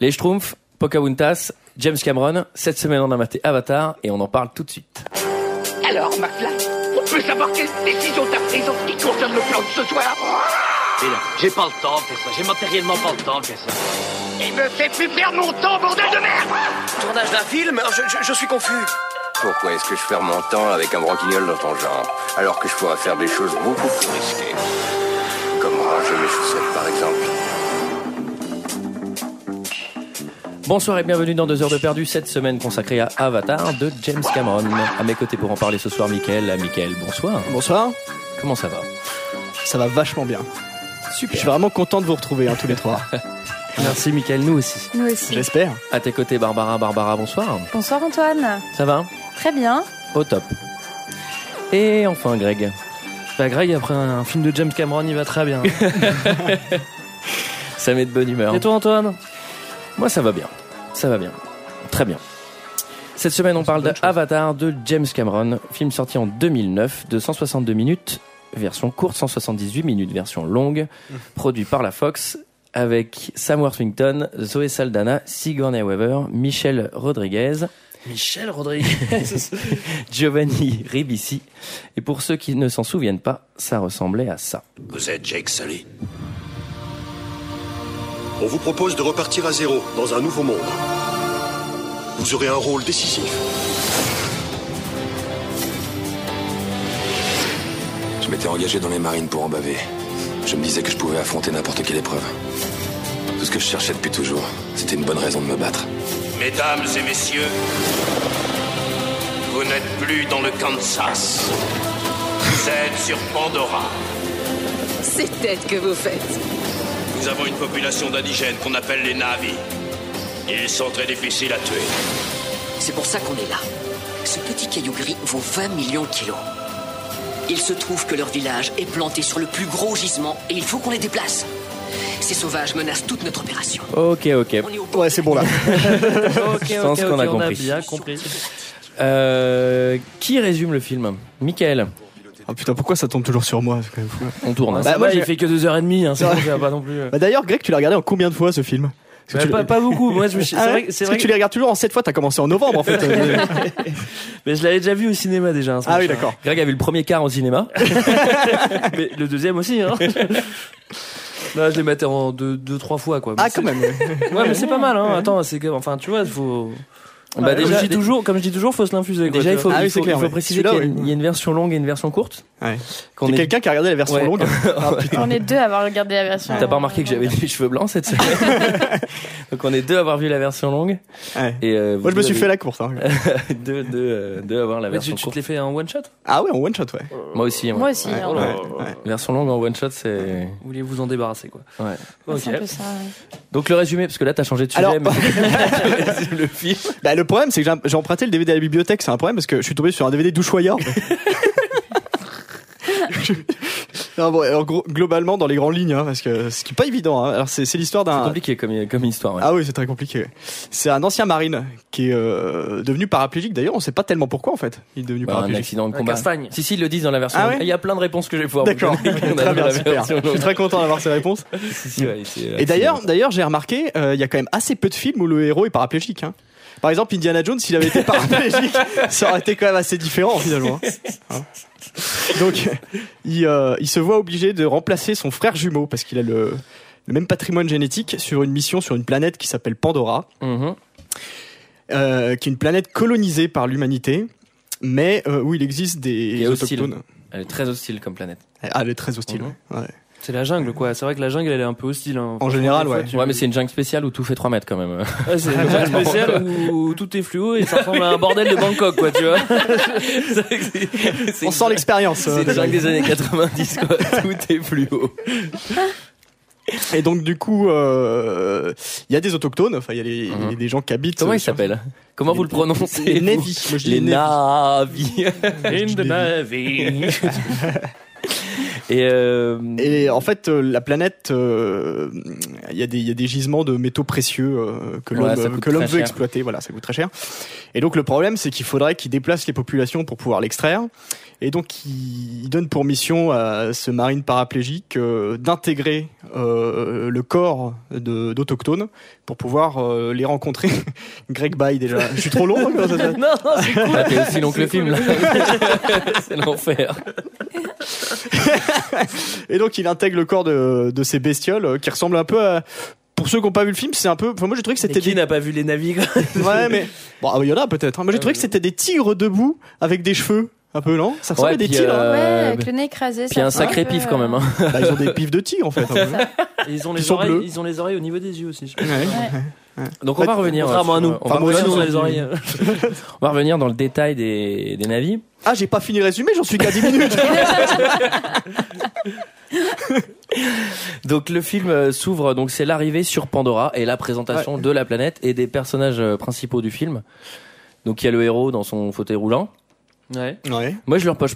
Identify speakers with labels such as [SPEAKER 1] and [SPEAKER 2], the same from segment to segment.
[SPEAKER 1] Les Schtroumpfs, Pocahontas, James Cameron, cette semaine on a maté Avatar et on en parle tout de suite.
[SPEAKER 2] Alors, McFly, on peut savoir quelle décision t'as prise en ce qui concerne le plan de ce soir
[SPEAKER 3] J'ai pas le temps de faire ça. J'ai matériellement pas le temps de faire ça.
[SPEAKER 2] Il me fait plus perdre mon temps, bordel de merde
[SPEAKER 3] Tournage d'un film je, je- je suis confus.
[SPEAKER 4] Pourquoi est-ce que je perds mon temps avec un broquignol dans ton genre Alors que je pourrais faire des choses beaucoup plus risquées. Comme ranger mes chaussettes par exemple.
[SPEAKER 1] Bonsoir et bienvenue dans 2 heures de perdu, cette semaine consacrée à Avatar de James Cameron. À mes côtés pour en parler ce soir, Mickaël. Ah, Mickaël, bonsoir.
[SPEAKER 5] Bonsoir,
[SPEAKER 1] Comment ça va
[SPEAKER 5] ça va vachement bien. Je suis
[SPEAKER 1] Super.
[SPEAKER 5] vraiment content de vous retrouver hein, tous les trois.
[SPEAKER 1] Merci Mickaël, nous aussi.
[SPEAKER 6] Nous aussi.
[SPEAKER 5] J'espère.
[SPEAKER 1] À tes côtés, Barbara. Barbara, bonsoir.
[SPEAKER 6] Bonsoir Antoine.
[SPEAKER 1] Ça va
[SPEAKER 6] Très bien.
[SPEAKER 1] Au top. Et enfin, Greg. Bah, Greg, après un film de James Cameron, il va très bien. ça met de bonne humeur.
[SPEAKER 7] Et toi, Antoine
[SPEAKER 1] Moi, ça va bien. Ça va bien. Très bien. Cette semaine, on parle d'Avatar de James Cameron, film sorti en 2009 de 162 minutes, version courte, 178 minutes, version longue, produit par la Fox, avec Sam Worthington, Zoé Saldana, Sigourney Weaver, Michelle Rodriguez,
[SPEAKER 7] Michel Rodriguez.
[SPEAKER 1] Giovanni Ribisi. Et pour ceux qui ne s'en souviennent pas, ça ressemblait à ça.
[SPEAKER 8] Vous êtes Jake Sully. On vous propose de repartir à zéro dans un nouveau monde. Vous aurez un rôle décisif.
[SPEAKER 9] Je m'étais engagé dans les marines pour en baver. Je me disais que je pouvais affronter n'importe quelle épreuve. Tout ce que je cherchais depuis toujours, c'était une bonne raison de me battre.
[SPEAKER 8] Mesdames et messieurs, vous n'êtes plus dans le Kansas. Vous êtes sur Pandora.
[SPEAKER 10] Ces têtes que vous faites.
[SPEAKER 8] Nous avons une population d'indigènes qu'on appelle les Navis. Ils sont très difficiles à tuer.
[SPEAKER 10] C'est pour ça qu'on est là. Ce petit caillou gris vaut 20 millions de kilos. Il se trouve que leur village est planté sur le plus gros gisement et il faut qu'on les déplace. Ces sauvages menacent toute notre opération.
[SPEAKER 1] Ok, ok.
[SPEAKER 10] On est au
[SPEAKER 5] Ouais, c'est bon là.
[SPEAKER 7] Je
[SPEAKER 1] pense qu'on a compris.
[SPEAKER 7] bien compris.
[SPEAKER 1] Euh, qui résume le film Michael,
[SPEAKER 5] Oh putain, pourquoi ça tombe toujours sur moi c'est quand même fou.
[SPEAKER 1] on tourne. hein.
[SPEAKER 5] Bah,
[SPEAKER 7] Bah,
[SPEAKER 5] moi,
[SPEAKER 7] moi, il
[SPEAKER 5] je-
[SPEAKER 7] fait que deux heures et demie, hein, c'est
[SPEAKER 5] Ça-
[SPEAKER 7] bon, ça va pas non plus. euh.
[SPEAKER 5] Bah d'ailleurs, Greg, tu l'as regardé en combien de fois ce film Parce que
[SPEAKER 7] Bah,
[SPEAKER 5] tu
[SPEAKER 7] pas,
[SPEAKER 5] l'as-
[SPEAKER 7] pas beaucoup. Moi, je me suis-
[SPEAKER 5] Ah
[SPEAKER 7] c'est
[SPEAKER 5] ouais
[SPEAKER 7] vrai, que- c'est
[SPEAKER 5] Parce
[SPEAKER 7] vrai
[SPEAKER 5] que tu les regardes toujours en 7 fois, t'as commencé en novembre en fait.
[SPEAKER 7] mais je l'avais déjà vu au cinéma déjà. hein, ce
[SPEAKER 5] ah oui,
[SPEAKER 7] machin.
[SPEAKER 5] d'accord.
[SPEAKER 1] Greg a vu le premier quart au cinéma.
[SPEAKER 7] Mais le deuxième aussi. Hein. non, je l'ai maté en deux, deux, trois fois quoi. Mais
[SPEAKER 5] Ah
[SPEAKER 7] c'est-
[SPEAKER 5] quand même.
[SPEAKER 7] Ouais, mais c'est pas mal. Hein. Attends, c'est que, enfin, tu vois, il faut.
[SPEAKER 1] Bah,
[SPEAKER 7] comme
[SPEAKER 1] déjà-
[SPEAKER 7] je dis toujours, comme je dis toujours, faut se l'infuser. quoi,
[SPEAKER 1] Déjà,
[SPEAKER 7] tu
[SPEAKER 1] il faut,
[SPEAKER 7] vois.
[SPEAKER 5] Ah oui,
[SPEAKER 1] il faut-
[SPEAKER 5] c'est clair,
[SPEAKER 1] il faut
[SPEAKER 5] ouais.
[SPEAKER 1] préciser qu'il
[SPEAKER 5] Celui-là,
[SPEAKER 1] y, a
[SPEAKER 5] ouais.
[SPEAKER 1] une- il y a une version longue et une version courte.
[SPEAKER 5] Ouais.
[SPEAKER 1] Qu'on
[SPEAKER 5] C'est
[SPEAKER 1] est-
[SPEAKER 5] quelqu'un qui a regardé la version
[SPEAKER 1] Ouais.
[SPEAKER 5] longue.
[SPEAKER 6] On est deux à avoir regardé la version.
[SPEAKER 1] T'as pas remarqué que j'avais des cheveux blancs cette semaine Donc on est deux à avoir vu la version longue.
[SPEAKER 5] Ouais.
[SPEAKER 1] Et euh,
[SPEAKER 5] Moi je
[SPEAKER 1] vous
[SPEAKER 5] me suis
[SPEAKER 1] avez
[SPEAKER 5] fait la course. hein.
[SPEAKER 1] deux, deux, euh, deux à avoir la
[SPEAKER 7] Mais tu,
[SPEAKER 1] version
[SPEAKER 7] tu te
[SPEAKER 1] courte.
[SPEAKER 7] l'es fait en one shot
[SPEAKER 5] Ah ouais, en one shot, ouais.
[SPEAKER 1] Moi aussi. moi.
[SPEAKER 6] Moi aussi. hein.
[SPEAKER 7] Oh là.
[SPEAKER 5] Ouais.
[SPEAKER 1] Version longue en one shot, c'est.
[SPEAKER 7] Vous voulez vous en débarrasser quoi
[SPEAKER 1] Ouais.
[SPEAKER 7] Ok.
[SPEAKER 6] C'est un peu ça. ouais.
[SPEAKER 1] Donc le résumé, parce que là t'as changé de sujet.
[SPEAKER 5] Alors-
[SPEAKER 1] mais tu résumes le film.
[SPEAKER 5] Bah, le problème, c'est que j'ai- j'ai emprunté le DVD à la bibliothèque. C'est un problème parce que je suis tombé sur un DVD d'Ushuaïa. non, bon, en gros, globalement, dans les grandes lignes, hein, parce que ce qui est pas évident. hein. Alors, c'est c'est l'histoire
[SPEAKER 1] C'est
[SPEAKER 5] d'un.
[SPEAKER 1] compliqué comme, comme histoire. ouais.
[SPEAKER 5] Ah oui, c'est très compliqué. ouais. C'est un ancien marine qui est euh, devenu paraplégique. D'ailleurs, on sait pas tellement pourquoi en fait. Il est devenu
[SPEAKER 1] Bah, un
[SPEAKER 5] paraplégique.
[SPEAKER 1] accident de
[SPEAKER 7] Un
[SPEAKER 1] combat.
[SPEAKER 7] castagne.
[SPEAKER 1] Si, si, ils le disent dans la version.
[SPEAKER 5] Ah
[SPEAKER 1] longue.
[SPEAKER 5] ouais
[SPEAKER 1] Il y a plein de réponses que je vais pouvoir. vous
[SPEAKER 5] D'accord.
[SPEAKER 1] donner. On a
[SPEAKER 5] Très
[SPEAKER 1] vu
[SPEAKER 5] bien,
[SPEAKER 1] la
[SPEAKER 5] super.
[SPEAKER 1] version
[SPEAKER 5] Je suis
[SPEAKER 1] longue.
[SPEAKER 5] très content d'avoir ces réponses.
[SPEAKER 1] Si, si, ouais, c'est
[SPEAKER 5] Et
[SPEAKER 1] accident.
[SPEAKER 5] d'ailleurs, d'ailleurs, j'ai remarqué, euh, il y a quand même assez peu de films où le héros est paraplégique. hein. Par exemple, Indiana Jones, s'il avait été paraplégique, ça aurait été quand même assez différent finalement. Hein. Donc, il, euh, il se voit obligé de remplacer son frère jumeau parce qu'il a le, le même patrimoine génétique sur une mission sur une planète qui s'appelle Pandora,
[SPEAKER 1] Mhm.
[SPEAKER 5] euh, qui est une planète colonisée par l'humanité, mais euh, où il existe des
[SPEAKER 1] Et hostile.
[SPEAKER 5] autochtones.
[SPEAKER 1] Elle est très hostile comme planète.
[SPEAKER 5] Ah, elle est très hostile.
[SPEAKER 1] Mhm.
[SPEAKER 5] ouais. Ouais.
[SPEAKER 7] C'est la jungle quoi. C'est vrai que la jungle elle est un peu hostile. hein.
[SPEAKER 5] En général,
[SPEAKER 7] Des fois,
[SPEAKER 5] ouais.
[SPEAKER 7] tu-
[SPEAKER 1] Ouais, mais c'est une jungle spéciale où tout fait 3 mètres quand même.
[SPEAKER 7] Ouais, Ah, c'est une jungle spéciale où tout est fluo et ça ressemble à un bordel de Bangkok quoi, tu vois.
[SPEAKER 5] On sent l'expérience. euh,
[SPEAKER 1] C'est
[SPEAKER 5] de-
[SPEAKER 1] déjà des années 90, quoi. Tout est plus haut.
[SPEAKER 5] Et donc du coup, euh, il y a des autochtones, enfin il y a les-
[SPEAKER 1] Mhm.
[SPEAKER 5] il y a des gens qui habitent.
[SPEAKER 1] Comment
[SPEAKER 5] euh,
[SPEAKER 1] il
[SPEAKER 5] sur-
[SPEAKER 1] s'appelle Comment vous le prononcez
[SPEAKER 5] Les
[SPEAKER 1] vous
[SPEAKER 5] Navis. Moi, je dis
[SPEAKER 1] Les
[SPEAKER 5] les Navis.
[SPEAKER 1] Navis.
[SPEAKER 7] In the Navy.
[SPEAKER 1] Et, euh,
[SPEAKER 5] Et en fait, euh, la planète, euh, il y, a des- il y a des gisements de métaux précieux euh, que
[SPEAKER 1] Ouais,
[SPEAKER 5] l'homme
[SPEAKER 1] ça
[SPEAKER 5] euh,
[SPEAKER 1] coûte
[SPEAKER 5] que l'homme
[SPEAKER 1] très
[SPEAKER 5] veut
[SPEAKER 1] cher.
[SPEAKER 5] exploiter. Voilà, ça coûte très cher. Et donc le problème, c'est qu'il faudrait qu'il déplace les populations pour pouvoir l'extraire. Et donc il, il donne pour mission à ce marine paraplégique euh, d'intégrer euh, le corps de- d'autochtones pour pouvoir euh, les rencontrer. Greg Bay déjà. Je suis trop long. hein, comment ça se passe
[SPEAKER 7] Non, non, c'est cool.
[SPEAKER 1] ah, t'es aussi long que le film là. c'est l'enfer.
[SPEAKER 5] Et donc il intègre le corps de, de ces bestioles euh, qui ressemblent un peu à. Pour ceux qui n'ont pas vu le film, c'est un peu. Enfin, moi j'ai trouvé que c'était
[SPEAKER 7] C'était qui
[SPEAKER 5] des.
[SPEAKER 7] n'a pas vu les navires
[SPEAKER 5] Ouais, mais. Bon, ah, il y en a peut-être. hein. Moi j'ai trouvé que c'était des tigres debout avec des cheveux. Un peu, non Ça ressemble
[SPEAKER 1] Ouais,
[SPEAKER 5] à des
[SPEAKER 1] puis,
[SPEAKER 5] tigres. hein.
[SPEAKER 6] Ouais,
[SPEAKER 1] Euh,
[SPEAKER 6] avec le nez écrasé.
[SPEAKER 1] Puis
[SPEAKER 6] ça
[SPEAKER 1] un
[SPEAKER 6] fait
[SPEAKER 1] sacré
[SPEAKER 6] peu,
[SPEAKER 1] pif quand même. Hein.
[SPEAKER 5] Bah, ils ont des pifs de tigres en fait. hein. un
[SPEAKER 6] euh,
[SPEAKER 5] peu.
[SPEAKER 6] ça.
[SPEAKER 7] Ils ont
[SPEAKER 5] Ils
[SPEAKER 7] les
[SPEAKER 5] sont
[SPEAKER 7] oreilles,
[SPEAKER 5] bleus.
[SPEAKER 7] ils ont les oreilles au niveau des yeux aussi. je crois.
[SPEAKER 5] Ouais.
[SPEAKER 1] Donc on va revenir.
[SPEAKER 7] Contrairement à nous.
[SPEAKER 1] euh, On
[SPEAKER 5] Enfin,
[SPEAKER 1] va,
[SPEAKER 5] moi aussi,
[SPEAKER 7] Nous, on a les
[SPEAKER 5] du-
[SPEAKER 7] oreilles.
[SPEAKER 1] on va revenir dans le détail des, des navis.
[SPEAKER 5] Ah, j'ai pas fini le résumé, j'en suis qu'à 10 minutes.
[SPEAKER 1] Donc le film euh, s'ouvre. Donc c'est l'arrivée sur Pandora et la présentation de la planète et des personnages euh, principaux du film. Donc il y a le héros dans son fauteuil roulant.
[SPEAKER 7] Ouais.
[SPEAKER 5] Ouais.
[SPEAKER 1] Moi je lui reproche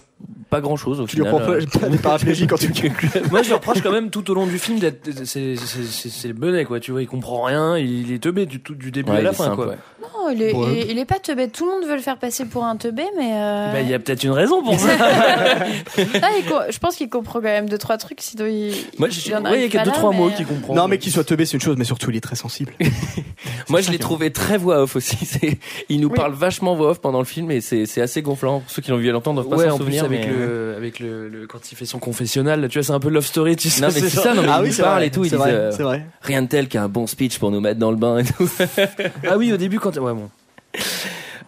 [SPEAKER 1] pas grand chose au
[SPEAKER 5] Tu lui
[SPEAKER 1] final.
[SPEAKER 5] prends pas
[SPEAKER 1] euh.
[SPEAKER 5] pas des paraplégiques en tout cas.
[SPEAKER 7] Moi, je lui reproche quand même tout au long du film d'être. C'est c'est- c'est- c'est le bonnet, quoi. Tu vois, il comprend rien, il est teubé du, tout, du début
[SPEAKER 1] Ouais,
[SPEAKER 7] à
[SPEAKER 1] il
[SPEAKER 7] la
[SPEAKER 1] est
[SPEAKER 7] fin,
[SPEAKER 1] simple,
[SPEAKER 7] quoi.
[SPEAKER 1] ouais.
[SPEAKER 6] Non, Oh, il est,
[SPEAKER 5] Ouais.
[SPEAKER 6] il est- il est pas teubé. Tout le monde veut le faire passer pour un teubé, mais. euh,
[SPEAKER 7] Bah, il y a peut-être une raison pour ça.
[SPEAKER 6] ah, il co- je pense qu'il comprend quand même deux trois trucs. Sinon, il.
[SPEAKER 7] Moi,
[SPEAKER 6] il
[SPEAKER 7] je-
[SPEAKER 6] en
[SPEAKER 7] ouais,
[SPEAKER 6] arrive
[SPEAKER 7] il y a
[SPEAKER 6] pas
[SPEAKER 7] deux,
[SPEAKER 6] là,
[SPEAKER 7] trois mots
[SPEAKER 6] mais,
[SPEAKER 7] qui comprend.
[SPEAKER 5] Non, mais qu'il soit teubé, c'est une chose, mais surtout, il est très sensible.
[SPEAKER 1] Moi, je l'ai trouvé très voix off aussi. C'est- Il nous
[SPEAKER 6] Oui.
[SPEAKER 1] parle vachement voix off pendant le film et c'est c'est assez gonflant. Ceux qui l'ont vu à l'entendre doivent pas
[SPEAKER 7] Ouais,
[SPEAKER 1] s'en
[SPEAKER 7] en plus,
[SPEAKER 1] souvenir.
[SPEAKER 7] avec,
[SPEAKER 1] mais- euh.
[SPEAKER 7] le, euh, avec le, le- Quand il fait son confessionnal, là, tu vois, c'est un peu love story, tu sais.
[SPEAKER 1] Non, mais c'est
[SPEAKER 7] genre- Ah
[SPEAKER 1] ça, non, mais il nous parle et tout. Ils
[SPEAKER 5] Ah C'est
[SPEAKER 1] disent
[SPEAKER 5] vrai,
[SPEAKER 1] euh,
[SPEAKER 5] c'est vrai.
[SPEAKER 1] rien de tel qu'un bon speech pour nous mettre dans le bain et tout.
[SPEAKER 7] Ah oui, au début, quand. Ouais, bon.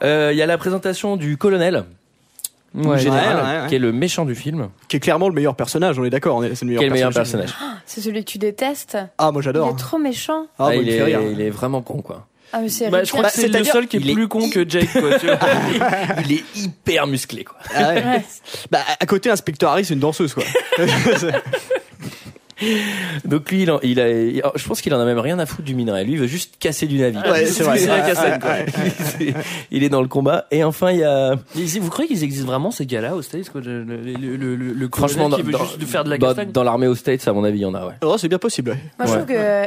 [SPEAKER 1] Euh, Il y a la présentation du colonel.
[SPEAKER 7] Ouais,
[SPEAKER 1] général,
[SPEAKER 5] ouais, ouais, ouais.
[SPEAKER 1] qui est le méchant du film.
[SPEAKER 5] Qui est clairement le meilleur personnage, on est d'accord, on est- c'est le meilleur
[SPEAKER 1] Quel meilleur
[SPEAKER 5] personnage.
[SPEAKER 1] personnage
[SPEAKER 6] euh, C'est celui que tu détestes.
[SPEAKER 5] Ah, moi
[SPEAKER 6] Il
[SPEAKER 5] j'adore.
[SPEAKER 6] est trop
[SPEAKER 5] Ah,
[SPEAKER 6] méchant.
[SPEAKER 1] Ah,
[SPEAKER 5] moi, il
[SPEAKER 1] il,
[SPEAKER 5] me fait rire.
[SPEAKER 1] est, il est vraiment con, quoi.
[SPEAKER 6] Ah, mais c'est
[SPEAKER 7] Bah, je
[SPEAKER 6] ridicule.
[SPEAKER 7] crois que c'est le
[SPEAKER 5] c'est-à-dire-
[SPEAKER 7] seul qui est,
[SPEAKER 1] il est-
[SPEAKER 7] plus con que Jake, quoi, tu vois.
[SPEAKER 1] Il est hyper musclé, quoi.
[SPEAKER 5] Ah ouais.
[SPEAKER 6] Ouais.
[SPEAKER 5] Bah, à côté, Inspector Harry, c'est une danseuse, quoi.
[SPEAKER 1] Donc lui, il, en- il a, il- oh, je pense qu'il en a même rien à foutre du minerai. Lui, il veut juste casser du navire.
[SPEAKER 5] Ouais, c'est vrai.
[SPEAKER 1] C'est la
[SPEAKER 5] Ouais,
[SPEAKER 1] cassette, quoi. il est dans le combat. Et enfin, il y a...
[SPEAKER 7] Mais ici, vous croyez qu'ils existent vraiment ces gars-là aux States quoi, le, le, le, le, le- le colonel
[SPEAKER 1] Franchement, dans,
[SPEAKER 7] qui veut
[SPEAKER 1] dans-
[SPEAKER 7] juste de faire de la
[SPEAKER 1] dans-
[SPEAKER 7] castagne
[SPEAKER 1] dans l'armée aux States, à mon avis, il y en a, ouais.
[SPEAKER 5] Oh, c'est bien possible. ouais.
[SPEAKER 6] Moi, je trouve que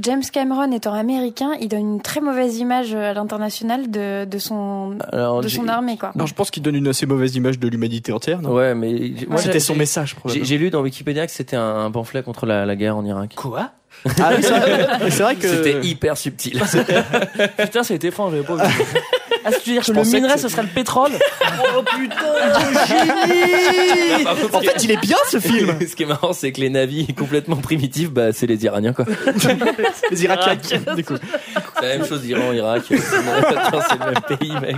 [SPEAKER 6] James Cameron, étant américain, il donne une très mauvaise image à l'international de, de son,
[SPEAKER 1] Alors,
[SPEAKER 6] de
[SPEAKER 1] Oh, j'ai-
[SPEAKER 6] son armée, quoi.
[SPEAKER 5] Non, je pense qu'il donne une assez mauvaise image de l'humanité entière, non
[SPEAKER 1] Ouais, mais j'ai- moi,
[SPEAKER 5] C'était
[SPEAKER 1] j'ai-
[SPEAKER 5] son message,
[SPEAKER 1] j'ai-
[SPEAKER 5] probablement.
[SPEAKER 1] j'ai lu dans Wikipédia que c'était un, un pamphlet contre la, la guerre en Irak.
[SPEAKER 7] Quoi
[SPEAKER 5] Ah oui, c'est vrai. Mais c'est vrai que.
[SPEAKER 1] C'était hyper subtil.
[SPEAKER 7] Putain, ça a été franc, j'avais pas vu. Ah, si tu veux dire que le
[SPEAKER 5] pensais
[SPEAKER 7] minerai,
[SPEAKER 5] que-
[SPEAKER 7] ce serait le pétrole Oh putain
[SPEAKER 5] Génie En fait, il est bien ce film
[SPEAKER 1] Ce qui est marrant, c'est que les navis complètement primitifs, bah, c'est les Iraniens, quoi.
[SPEAKER 5] Les Irakiens, du coup.
[SPEAKER 1] C'est la même chose, Iran, Irak. C'est le même pays, mec.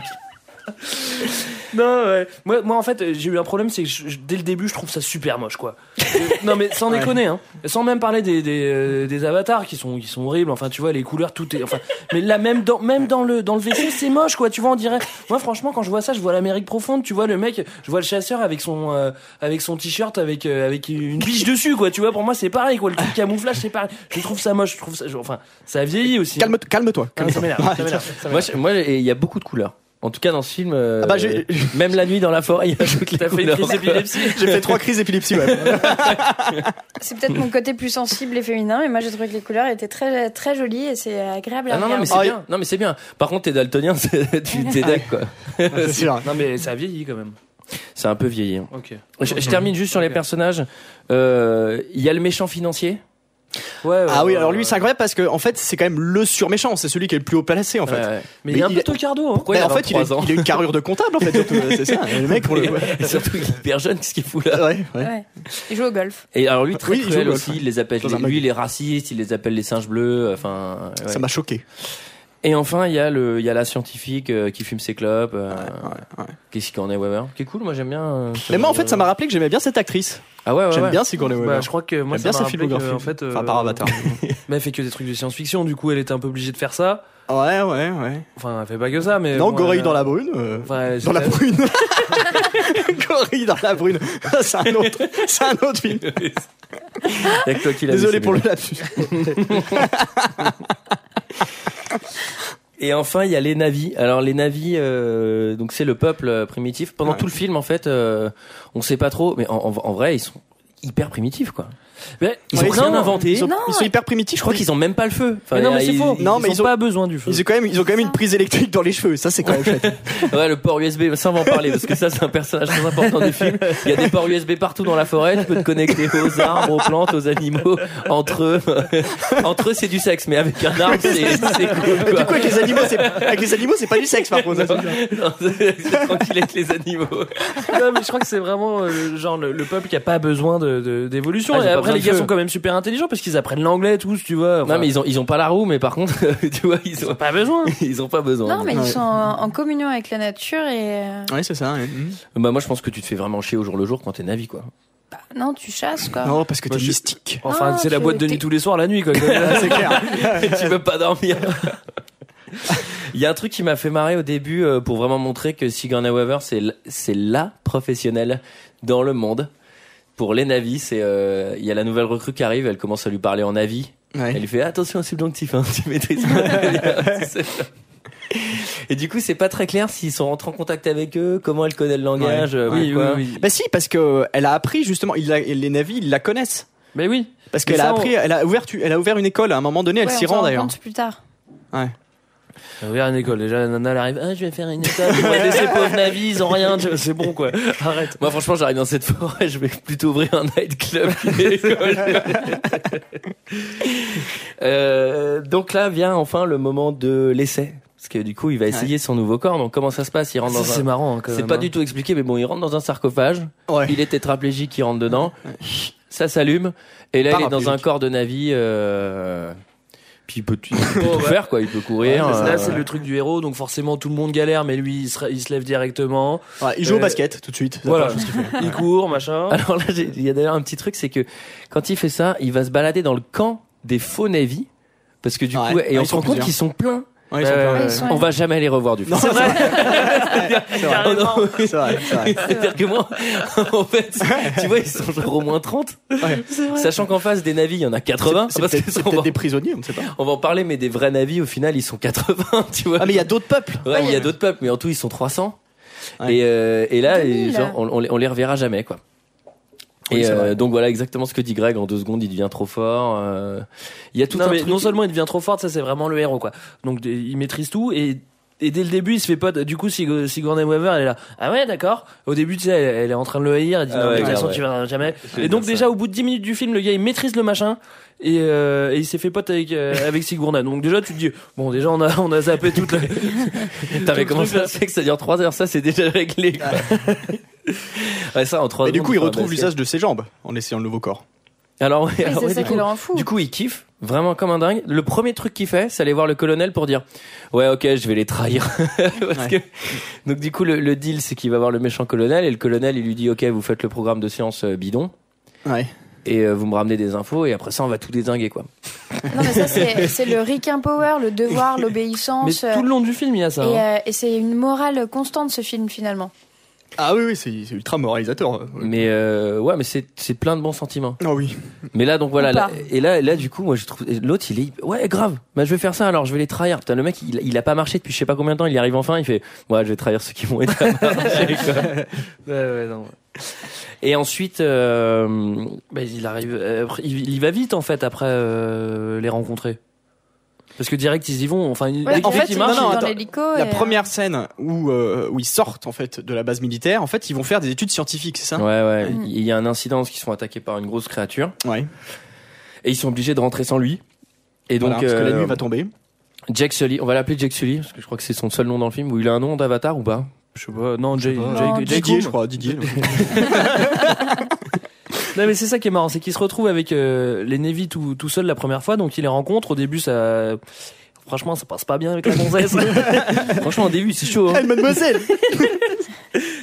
[SPEAKER 7] Non, ouais. Moi, moi, en fait, euh, j'ai eu un problème, c'est que je- je- dès le début, je trouve ça super moche, quoi. Euh, non, mais sans déconner, hein. Sans même parler des, des, euh, des avatars qui sont, qui sont horribles, enfin, tu vois, les couleurs, tout est. Enfin, mais là, même dans, même dans, le, dans le WC, c'est moche, quoi. Tu vois, on dirait. Moi, franchement, quand je vois ça, je vois l'Amérique profonde, tu vois, le mec, je vois le chasseur avec son, euh, avec son t-shirt, avec, euh, avec une biche dessus, quoi. Tu vois, pour moi, c'est pareil, quoi. Le truc camouflage, c'est pareil. Je trouve ça moche, je trouve ça. je- enfin, ça vieillit aussi.
[SPEAKER 5] Calme- Calme-toi.
[SPEAKER 7] Ah, ça
[SPEAKER 5] calme-toi.
[SPEAKER 7] m'énerve, ça m'énerve, ça
[SPEAKER 1] Moi,
[SPEAKER 7] m'énerve.
[SPEAKER 1] je- moi, il y a beaucoup de couleurs. En tout cas, dans ce film, euh,
[SPEAKER 5] Ah bah, j'ai-
[SPEAKER 1] même la nuit dans la forêt, il y a toutes les
[SPEAKER 7] T'as fait une
[SPEAKER 1] couleurs.
[SPEAKER 7] crise d'épilepsie.
[SPEAKER 5] J'ai fait trois crises d'épilepsie, ouais.
[SPEAKER 6] C'est peut-être mon côté plus sensible et féminin, mais moi, j'ai trouvé que les couleurs étaient très, très jolies et c'est agréable à
[SPEAKER 1] Ah non, non, mais
[SPEAKER 6] regarder.
[SPEAKER 1] c'est
[SPEAKER 5] Ah,
[SPEAKER 1] bien. Non, mais c'est bien. Par contre, t'es daltonien, c'est- tu t'es d'accord, quoi.
[SPEAKER 5] C'est sûr.
[SPEAKER 7] Non, mais ça vieillit quand même.
[SPEAKER 1] C'est un peu vieilli. hein.
[SPEAKER 7] Ok.
[SPEAKER 1] Je, je termine juste sur les
[SPEAKER 7] Ok.
[SPEAKER 1] personnages. Euh, Il y a le méchant financier.
[SPEAKER 7] Ouais,
[SPEAKER 5] Ah oui,
[SPEAKER 7] ouais,
[SPEAKER 5] alors
[SPEAKER 7] ouais.
[SPEAKER 5] lui, c'est incroyable parce que, en fait, c'est quand même le surméchant. C'est celui qui est le plus haut placé, en fait.
[SPEAKER 1] Ouais, ouais.
[SPEAKER 7] Mais il est un
[SPEAKER 5] Mais
[SPEAKER 7] peu
[SPEAKER 5] il-
[SPEAKER 7] tocardo, hein.
[SPEAKER 1] Pourquoi
[SPEAKER 5] Bah,
[SPEAKER 1] il a
[SPEAKER 5] en fait, il a,
[SPEAKER 1] 23 ans
[SPEAKER 5] il a une carrure de comptable, en fait. surtout, euh, C'est ça. Le mec, on le. Ouais,
[SPEAKER 1] Et surtout, il est hyper jeune, qu'est-ce qu'il fout là
[SPEAKER 5] ouais. ouais.
[SPEAKER 6] Ouais. Il joue au golf.
[SPEAKER 1] Et alors lui, très
[SPEAKER 5] Oui, il joue au
[SPEAKER 1] cruel
[SPEAKER 5] golf,
[SPEAKER 1] aussi,
[SPEAKER 5] ouais.
[SPEAKER 1] il les appelle,
[SPEAKER 5] Dans un
[SPEAKER 1] lui,
[SPEAKER 5] mag-
[SPEAKER 1] il est raciste, il les appelle les singes bleus, euh, enfin... ouais.
[SPEAKER 5] Ça m'a choqué.
[SPEAKER 1] Et enfin, il y a le, il y a la scientifique euh, qui fume ses clopes, euh,
[SPEAKER 5] ouais.
[SPEAKER 1] qu'est-ce qu'il en est, Weber Qui est cool, moi j'aime bien... euh, ce-
[SPEAKER 5] Mais moi, en fait, ça m'a rappelé que j'aimais bien cette actrice.
[SPEAKER 1] Ah ouais, ouais,
[SPEAKER 5] J'aime
[SPEAKER 1] ouais.
[SPEAKER 5] bien Sigourney Weaver.
[SPEAKER 7] Bah, je crois que moi,
[SPEAKER 5] J'aime
[SPEAKER 7] ça
[SPEAKER 5] bien
[SPEAKER 7] m'a
[SPEAKER 5] sa
[SPEAKER 7] rappelé
[SPEAKER 5] filmographie.
[SPEAKER 7] que, en fait, euh,
[SPEAKER 5] Enfin, par Avatar.
[SPEAKER 7] Mais elle fait que des trucs de science-fiction, du coup, elle était un peu obligée de faire ça.
[SPEAKER 5] ouais, ouais, ouais.
[SPEAKER 7] Enfin, elle fait pas que ça, mais.
[SPEAKER 5] Non,
[SPEAKER 7] bon,
[SPEAKER 5] Gorille
[SPEAKER 7] elle-
[SPEAKER 5] dans la brune. euh,
[SPEAKER 7] Enfin, elle-
[SPEAKER 5] dans la
[SPEAKER 7] c'est-
[SPEAKER 5] brune. Gorille dans la brune. C'est un autre, c'est un autre film.
[SPEAKER 1] Y a que toi qui l'as vu,
[SPEAKER 5] Désolé
[SPEAKER 1] c'est
[SPEAKER 5] pour
[SPEAKER 1] bien.
[SPEAKER 5] le lapsus.
[SPEAKER 1] Et enfin, il y a les navis. Alors les navis, euh, donc c'est le peuple euh, primitif. Pendant
[SPEAKER 5] Ouais.
[SPEAKER 1] tout le film, en fait, euh, on sait pas trop, mais en, en- en vrai, ils sont hyper primitifs, quoi. Mais ils
[SPEAKER 5] Ouais,
[SPEAKER 1] ont
[SPEAKER 5] ils
[SPEAKER 1] rien
[SPEAKER 5] sont-
[SPEAKER 1] inventé.
[SPEAKER 5] Ils sont, ils sont hyper primitifs.
[SPEAKER 1] Je crois qu'ils ont même pas le feu. Enfin,
[SPEAKER 7] Mais non, mais c'est
[SPEAKER 1] ils-
[SPEAKER 7] faux.
[SPEAKER 1] ils-
[SPEAKER 5] Non,
[SPEAKER 7] ils
[SPEAKER 5] mais
[SPEAKER 7] ont
[SPEAKER 5] ils ont-
[SPEAKER 7] pas besoin du feu.
[SPEAKER 5] Ils ont quand même, ils ont quand même une prise électrique dans les cheveux. Ça, c'est quand même chouette.
[SPEAKER 1] Ouais, le port USB, ça on va en parler parce que ça c'est un personnage très important du film. Il y a des ports USB partout dans la forêt, tu peux te connecter aux arbres, aux plantes, aux animaux, entre eux. entre eux c'est du sexe, mais avec un arbre c'est c'est cool.
[SPEAKER 5] Mais
[SPEAKER 1] quoi.
[SPEAKER 5] du coup, avec les animaux, c'est, avec les animaux, c'est pas du sexe, par contre.
[SPEAKER 1] Non, c'est- c'est tranquille avec les animaux.
[SPEAKER 7] Non, mais je crois que c'est vraiment euh, genre le, le peuple qui a pas besoin de- de- d'évolution.
[SPEAKER 1] Ah, ils
[SPEAKER 7] et
[SPEAKER 1] ont pas
[SPEAKER 7] après,
[SPEAKER 1] besoin
[SPEAKER 7] les
[SPEAKER 1] de
[SPEAKER 7] gars
[SPEAKER 1] feu.
[SPEAKER 7] sont quand même super intelligents parce qu'ils apprennent l'anglais tous, tu vois. Enfin,
[SPEAKER 1] Non mais ils ont ils ont pas la roue, mais par contre tu vois ils
[SPEAKER 7] ils ont
[SPEAKER 1] ont
[SPEAKER 7] pas besoin.
[SPEAKER 1] ils ont pas besoin.
[SPEAKER 6] Non, mais ils sont en, en communion avec la nature et. euh,
[SPEAKER 5] Oui, c'est ça. ouais.
[SPEAKER 1] Bah moi je pense que tu te fais vraiment chier au jour le jour quand t'es navi quoi.
[SPEAKER 6] bah, non, tu chasses quoi.
[SPEAKER 5] Non, parce que
[SPEAKER 7] Moi,
[SPEAKER 5] t'es
[SPEAKER 7] je-
[SPEAKER 5] mystique.
[SPEAKER 7] Enfin,
[SPEAKER 6] Ah,
[SPEAKER 7] c'est la
[SPEAKER 6] tu-
[SPEAKER 7] boîte de
[SPEAKER 6] t'es-
[SPEAKER 7] nuit tous les soirs, la nuit, quoi.
[SPEAKER 5] Ah, c'est clair.
[SPEAKER 1] tu peux pas dormir. Il y a un truc qui m'a fait marrer au début euh, pour vraiment montrer que Sigourney Weaver c'est l- c'est la professionnelle dans le monde. Pour les navis, c'est euh, il y a la nouvelle recrue qui arrive, elle commence à lui parler en navi.
[SPEAKER 5] Ouais.
[SPEAKER 1] Elle lui fait attention au subjonctif, hein, tu maîtrises. pas. C'est ça. Et du coup, c'est pas très clair s'ils sont rentrés en contact avec eux, comment elle connaît le langage. euh,
[SPEAKER 7] Oui, oui,
[SPEAKER 1] pourquoi.
[SPEAKER 7] oui.
[SPEAKER 5] Bah si, parce que euh, elle a appris justement. il la- les navis, ils la connaissent.
[SPEAKER 7] Mais oui.
[SPEAKER 5] Parce
[SPEAKER 7] Mais
[SPEAKER 5] qu'elle
[SPEAKER 7] ça,
[SPEAKER 5] a
[SPEAKER 7] on-
[SPEAKER 5] appris, elle a ouvert, tu- elle a ouvert une école à un moment donné. Elle
[SPEAKER 6] Ouais, on
[SPEAKER 5] s'y
[SPEAKER 6] s'en
[SPEAKER 5] rend
[SPEAKER 6] rend
[SPEAKER 5] d'ailleurs.
[SPEAKER 6] compte plus tard.
[SPEAKER 7] Ah, Regarde une école. Déjà, la nana, elle arrive. Ah, je vais faire une école. On va laisser pauvres navis, ils ont rien. tu vois, C'est bon, quoi. Arrête.
[SPEAKER 1] Moi, franchement, j'arrive dans cette forêt, je vais plutôt ouvrir un nightclub qu'une école. Euh, donc là vient enfin le moment de l'essai. Parce que du coup, il va essayer son nouveau corps. Donc comment ça se passe Il rentre
[SPEAKER 7] Ça,
[SPEAKER 1] dans
[SPEAKER 7] C'est
[SPEAKER 1] un...
[SPEAKER 7] marrant, hein, quand
[SPEAKER 1] C'est
[SPEAKER 7] même,
[SPEAKER 1] pas
[SPEAKER 7] hein.
[SPEAKER 1] du tout expliqué, mais bon, il rentre dans un sarcophage.
[SPEAKER 5] Ouais.
[SPEAKER 1] Il est tétraplégique, il rentre dedans. Ça s'allume. Et là, il est dans un
[SPEAKER 5] Paraplégique.
[SPEAKER 1] corps de navi. euh, Puis il peut, il peut tout faire, quoi. Il peut courir.
[SPEAKER 7] Oh, Ouais, mais
[SPEAKER 1] euh,
[SPEAKER 7] Là, c'est le truc du héros, donc forcément tout le monde galère, mais lui il se, il se lève directement.
[SPEAKER 5] Voilà, il joue
[SPEAKER 7] Euh,
[SPEAKER 5] au basket tout de suite. Ça
[SPEAKER 7] Voilà,
[SPEAKER 5] marche.
[SPEAKER 7] il court, machin.
[SPEAKER 1] Alors là, j'ai- il y a d'ailleurs un petit truc, c'est que quand il fait ça, il va se balader dans le camp des faux navis, parce que du
[SPEAKER 5] Ouais.
[SPEAKER 1] coup,
[SPEAKER 5] Ouais,
[SPEAKER 1] et on
[SPEAKER 5] ils
[SPEAKER 1] se
[SPEAKER 5] sont
[SPEAKER 1] rend compte
[SPEAKER 5] plusieurs.
[SPEAKER 1] qu'ils sont pleins.
[SPEAKER 5] Ouais, ils sont
[SPEAKER 7] Euh,
[SPEAKER 5] pas-
[SPEAKER 6] Ouais, Ah, ils sont-
[SPEAKER 1] On va jamais les revoir du film.
[SPEAKER 5] C'est vrai. C'est vrai. C'est vrai, c'est vrai.
[SPEAKER 1] C'est-à-dire que moi, en fait, tu vois, ils sont genre au moins 30.
[SPEAKER 5] Ouais.
[SPEAKER 1] Sachant qu'en face des navis, il y en a 80.
[SPEAKER 5] C'est
[SPEAKER 1] parce
[SPEAKER 5] peut-être
[SPEAKER 1] que
[SPEAKER 5] c'est
[SPEAKER 1] on,
[SPEAKER 5] peut-être
[SPEAKER 1] va,
[SPEAKER 5] des prisonniers, on ne sait pas.
[SPEAKER 1] on va en parler, mais des vrais navis, au final, ils sont 80, tu vois.
[SPEAKER 5] Ah mais il y a d'autres peuples.
[SPEAKER 1] Ouais, il y a d'autres peuples, mais en tout, ils sont 300.
[SPEAKER 5] Ouais.
[SPEAKER 1] Et, euh, et là, et
[SPEAKER 6] 2000.
[SPEAKER 1] genre, on, on les- on les reverra jamais, quoi.
[SPEAKER 5] Oui,
[SPEAKER 1] et
[SPEAKER 5] c'est
[SPEAKER 1] euh,
[SPEAKER 5] vrai.
[SPEAKER 1] donc voilà exactement ce que dit Greg en deux secondes il devient trop fort euh, il y a tout
[SPEAKER 7] non,
[SPEAKER 1] un
[SPEAKER 7] mais
[SPEAKER 1] truc
[SPEAKER 7] non seulement il devient trop fort, ça c'est vraiment le héros quoi. Donc d- il maîtrise tout et et dès le début, il se fait pas. Du coup, Sig- Sigourney Weaver, elle est là. Ah ouais, d'accord. Au début, tu sais, elle, elle est en train de le haïr. Elle dit
[SPEAKER 1] Ah
[SPEAKER 7] non,
[SPEAKER 1] ouais,
[SPEAKER 7] mais de toute
[SPEAKER 1] ouais,
[SPEAKER 7] façon,
[SPEAKER 1] ouais.
[SPEAKER 7] tu vas jamais. Et donc, déjà, au bout de 10 minutes du film, le gars, il maîtrise le machin. Et, euh, et il s'est fait pote avec, euh, avec Sigourney. Donc, déjà, tu te dis, bon, déjà, on a, on a zappé toute la.
[SPEAKER 1] Putain, mais
[SPEAKER 7] Tout le
[SPEAKER 1] comment
[SPEAKER 7] truc,
[SPEAKER 1] ça
[SPEAKER 7] là.
[SPEAKER 1] se fait que ça dure 3 heures Ça, c'est déjà réglé. quoi. ouais, ça, en 3
[SPEAKER 5] Et du coup, il retrouve l'usage de ses jambes en essayant le nouveau corps.
[SPEAKER 1] Alors, oui,
[SPEAKER 6] Mais
[SPEAKER 1] alors,
[SPEAKER 6] c'est
[SPEAKER 1] oui,
[SPEAKER 6] ça
[SPEAKER 1] du,
[SPEAKER 6] qui
[SPEAKER 1] coup,
[SPEAKER 6] le rend fou.
[SPEAKER 1] du coup, il kiffe vraiment comme un dingue. Le premier truc qu'il fait, c'est aller voir le colonel pour dire Ouais, ok, je vais les trahir. Parce
[SPEAKER 5] Ouais.
[SPEAKER 1] que- Donc, du coup, le, le deal, c'est qu'il va voir le méchant colonel et le colonel, il lui dit Ok, vous faites le programme de sciences euh, bidon
[SPEAKER 5] Ouais.
[SPEAKER 1] et euh, vous me ramenez des infos et après ça, on va tout dézinguer, quoi.
[SPEAKER 6] Non, mais ça, c'est c'est le Rick Power, le devoir,
[SPEAKER 7] Mais
[SPEAKER 6] l'obéissance. euh,
[SPEAKER 7] tout le long du film, il y a ça.
[SPEAKER 6] Et,
[SPEAKER 7] hein.
[SPEAKER 6] euh, et c'est une morale constante ce film finalement.
[SPEAKER 5] Ah oui oui, c'est c'est ultra moralisateur. euh, ouais.
[SPEAKER 1] Mais euh, ouais, mais c'est c'est plein de bons sentiments.
[SPEAKER 5] Ah oui.
[SPEAKER 1] Mais là, donc voilà,
[SPEAKER 6] Ou pas.
[SPEAKER 1] là- et là, là, du coup, moi, je trouve et l'autre, il est ouais, grave. Bah, je vais faire ça. Alors, je vais les trahir. Putain, le mec, il, il a pas marché depuis je sais pas combien de temps. Il y arrive enfin. Il fait ouais, je vais trahir ceux qui m'ont aidé. à marcher, quoi.
[SPEAKER 7] Ouais, ouais, non.
[SPEAKER 1] et ensuite, euh,
[SPEAKER 7] Mais il arrive, euh, après, il, il va vite en fait après euh, les rencontrer. Parce que direct ils y vont. Enfin, il-
[SPEAKER 6] Ouais,
[SPEAKER 7] dès
[SPEAKER 5] en
[SPEAKER 7] qu'il-
[SPEAKER 5] fait,
[SPEAKER 7] qu'il
[SPEAKER 5] non,
[SPEAKER 7] marche,
[SPEAKER 5] non,
[SPEAKER 6] dans
[SPEAKER 5] attends,
[SPEAKER 6] l'hélico.
[SPEAKER 5] La
[SPEAKER 6] et, euh,
[SPEAKER 5] première scène où euh, où ils sortent en fait de la base militaire, en fait, ils vont faire des études scientifiques, c'est ça
[SPEAKER 1] ouais, hein. ouais,
[SPEAKER 5] Mm.
[SPEAKER 1] il y a un incident parce qu'ils sont attaqués par une grosse créature
[SPEAKER 5] Ouais.
[SPEAKER 1] et ils sont obligés de rentrer sans lui. Et donc,
[SPEAKER 5] Voilà, parce que la
[SPEAKER 1] euh,
[SPEAKER 5] nuit va tomber.
[SPEAKER 1] Jack Sully, on va l'appeler Jack Sully parce que je crois que c'est son seul nom dans le film. Ou il a un nom d'avatar ou pas
[SPEAKER 7] je sais pas. Non, Jay,
[SPEAKER 5] pas.
[SPEAKER 7] Jay-
[SPEAKER 6] Non,
[SPEAKER 7] Jay
[SPEAKER 5] Didier,
[SPEAKER 7] Coom.
[SPEAKER 5] je crois, Didier. ouais.
[SPEAKER 7] Non, mais c'est ça qui est marrant, c'est qu'il se retrouve avec euh, les Navy tout, tout seul la première fois, donc il les rencontre. Au début, ça, franchement, ça passe pas bien avec la gonzesse.
[SPEAKER 1] Franchement, au début, c'est chaud. hein.
[SPEAKER 5] Eh, mademoiselle.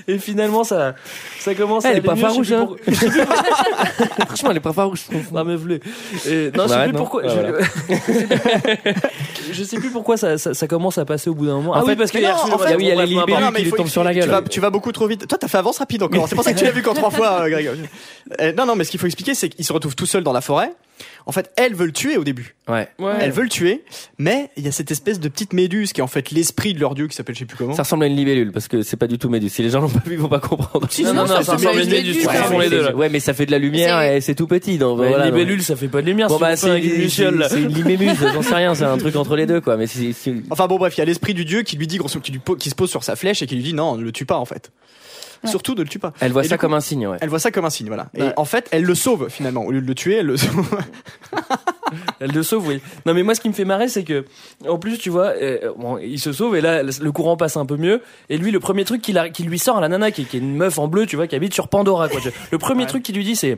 [SPEAKER 7] Et finalement, ça, ça commence. à
[SPEAKER 1] Elle est pas
[SPEAKER 7] mieux, je sais
[SPEAKER 1] farouche,
[SPEAKER 7] plus
[SPEAKER 1] hein.
[SPEAKER 7] pourquoi.
[SPEAKER 1] Franchement, elle est pas farouche. je trouve.
[SPEAKER 7] Ah, mais v'lez. Et-
[SPEAKER 1] On
[SPEAKER 7] non, je sais
[SPEAKER 1] arrête,
[SPEAKER 7] plus
[SPEAKER 1] non
[SPEAKER 7] pourquoi.
[SPEAKER 1] Ah,
[SPEAKER 7] je...
[SPEAKER 1] voilà.
[SPEAKER 7] je sais plus pourquoi ça, ça, ça commence à passer au bout d'un moment.
[SPEAKER 5] En fait- mais non, en fait-
[SPEAKER 1] Ah oui, il y a les libellules
[SPEAKER 5] Non, mais
[SPEAKER 1] qui
[SPEAKER 5] il
[SPEAKER 1] lui
[SPEAKER 5] faut-
[SPEAKER 1] tombent sur la gueule.
[SPEAKER 5] Tu vas, tu vas beaucoup trop vite. Toi, t'as fait avance rapide encore. C'est pour ça que tu l'as vu qu'en trois fois, euh, Greg. Euh, non, non, mais ce qu'il faut expliquer, c'est qu'il se retrouve tout seul dans la forêt. En fait, elles veulent tuer au début.
[SPEAKER 1] Ouais.
[SPEAKER 5] Elles veulent tuer, mais il y a cette espèce de petite méduse qui est en fait l'esprit de leur dieu qui s'appelle je sais plus comment.
[SPEAKER 1] Ça ressemble à une libellule parce que c'est pas du tout Méduse. Si les gens l'ont pas vu, ils vont pas comprendre.
[SPEAKER 7] non, non, ça ressemble à une
[SPEAKER 1] Ouais,
[SPEAKER 7] méduse, tu
[SPEAKER 1] mais
[SPEAKER 7] confonds les
[SPEAKER 1] c'est-
[SPEAKER 7] deux là.
[SPEAKER 1] ouais, mais ça fait de la lumière
[SPEAKER 7] C'est-
[SPEAKER 1] et c'est tout petit. Donc,
[SPEAKER 7] Ouais,
[SPEAKER 1] voilà,
[SPEAKER 7] une
[SPEAKER 1] donc-
[SPEAKER 7] libellule, ça fait pas de lumière.
[SPEAKER 1] Bon
[SPEAKER 7] si on
[SPEAKER 1] bah
[SPEAKER 7] fait pas
[SPEAKER 1] c'est
[SPEAKER 7] avec une
[SPEAKER 1] une,
[SPEAKER 7] luciole, là.
[SPEAKER 1] c'est une limémuse, j'en sais rien, c'est un truc entre les deux quoi. Mais c'est- c'est-
[SPEAKER 5] Enfin bon bref, il y a l'esprit du dieu qui lui dit grosso qui, lui po- qui se pose sur sa flèche et qui lui dit non, ne le tue pas en fait.
[SPEAKER 6] Ouais.
[SPEAKER 5] Surtout ne le tue pas.
[SPEAKER 1] elle voit
[SPEAKER 5] Et
[SPEAKER 1] ça
[SPEAKER 5] du
[SPEAKER 1] comme
[SPEAKER 5] coup,
[SPEAKER 1] un signe. Ouais.
[SPEAKER 5] Elle voit ça comme un signe, voilà. Et
[SPEAKER 7] Ouais.
[SPEAKER 5] en fait, elle le sauve finalement. Au lieu de le tuer, elle le sauve.
[SPEAKER 7] Elle le sauve, oui. Non, mais moi, ce qui me fait marrer, c'est que, en plus, tu vois, euh, bon, il se sauve et là, le courant passe un peu mieux. Et lui, le premier truc qu'il a- qu'il lui sort à la nana, qui, qui est une meuf en bleu, tu vois, qui habite sur Pandora, quoi. tu vois. Le premier truc qu'il lui dit, c'est.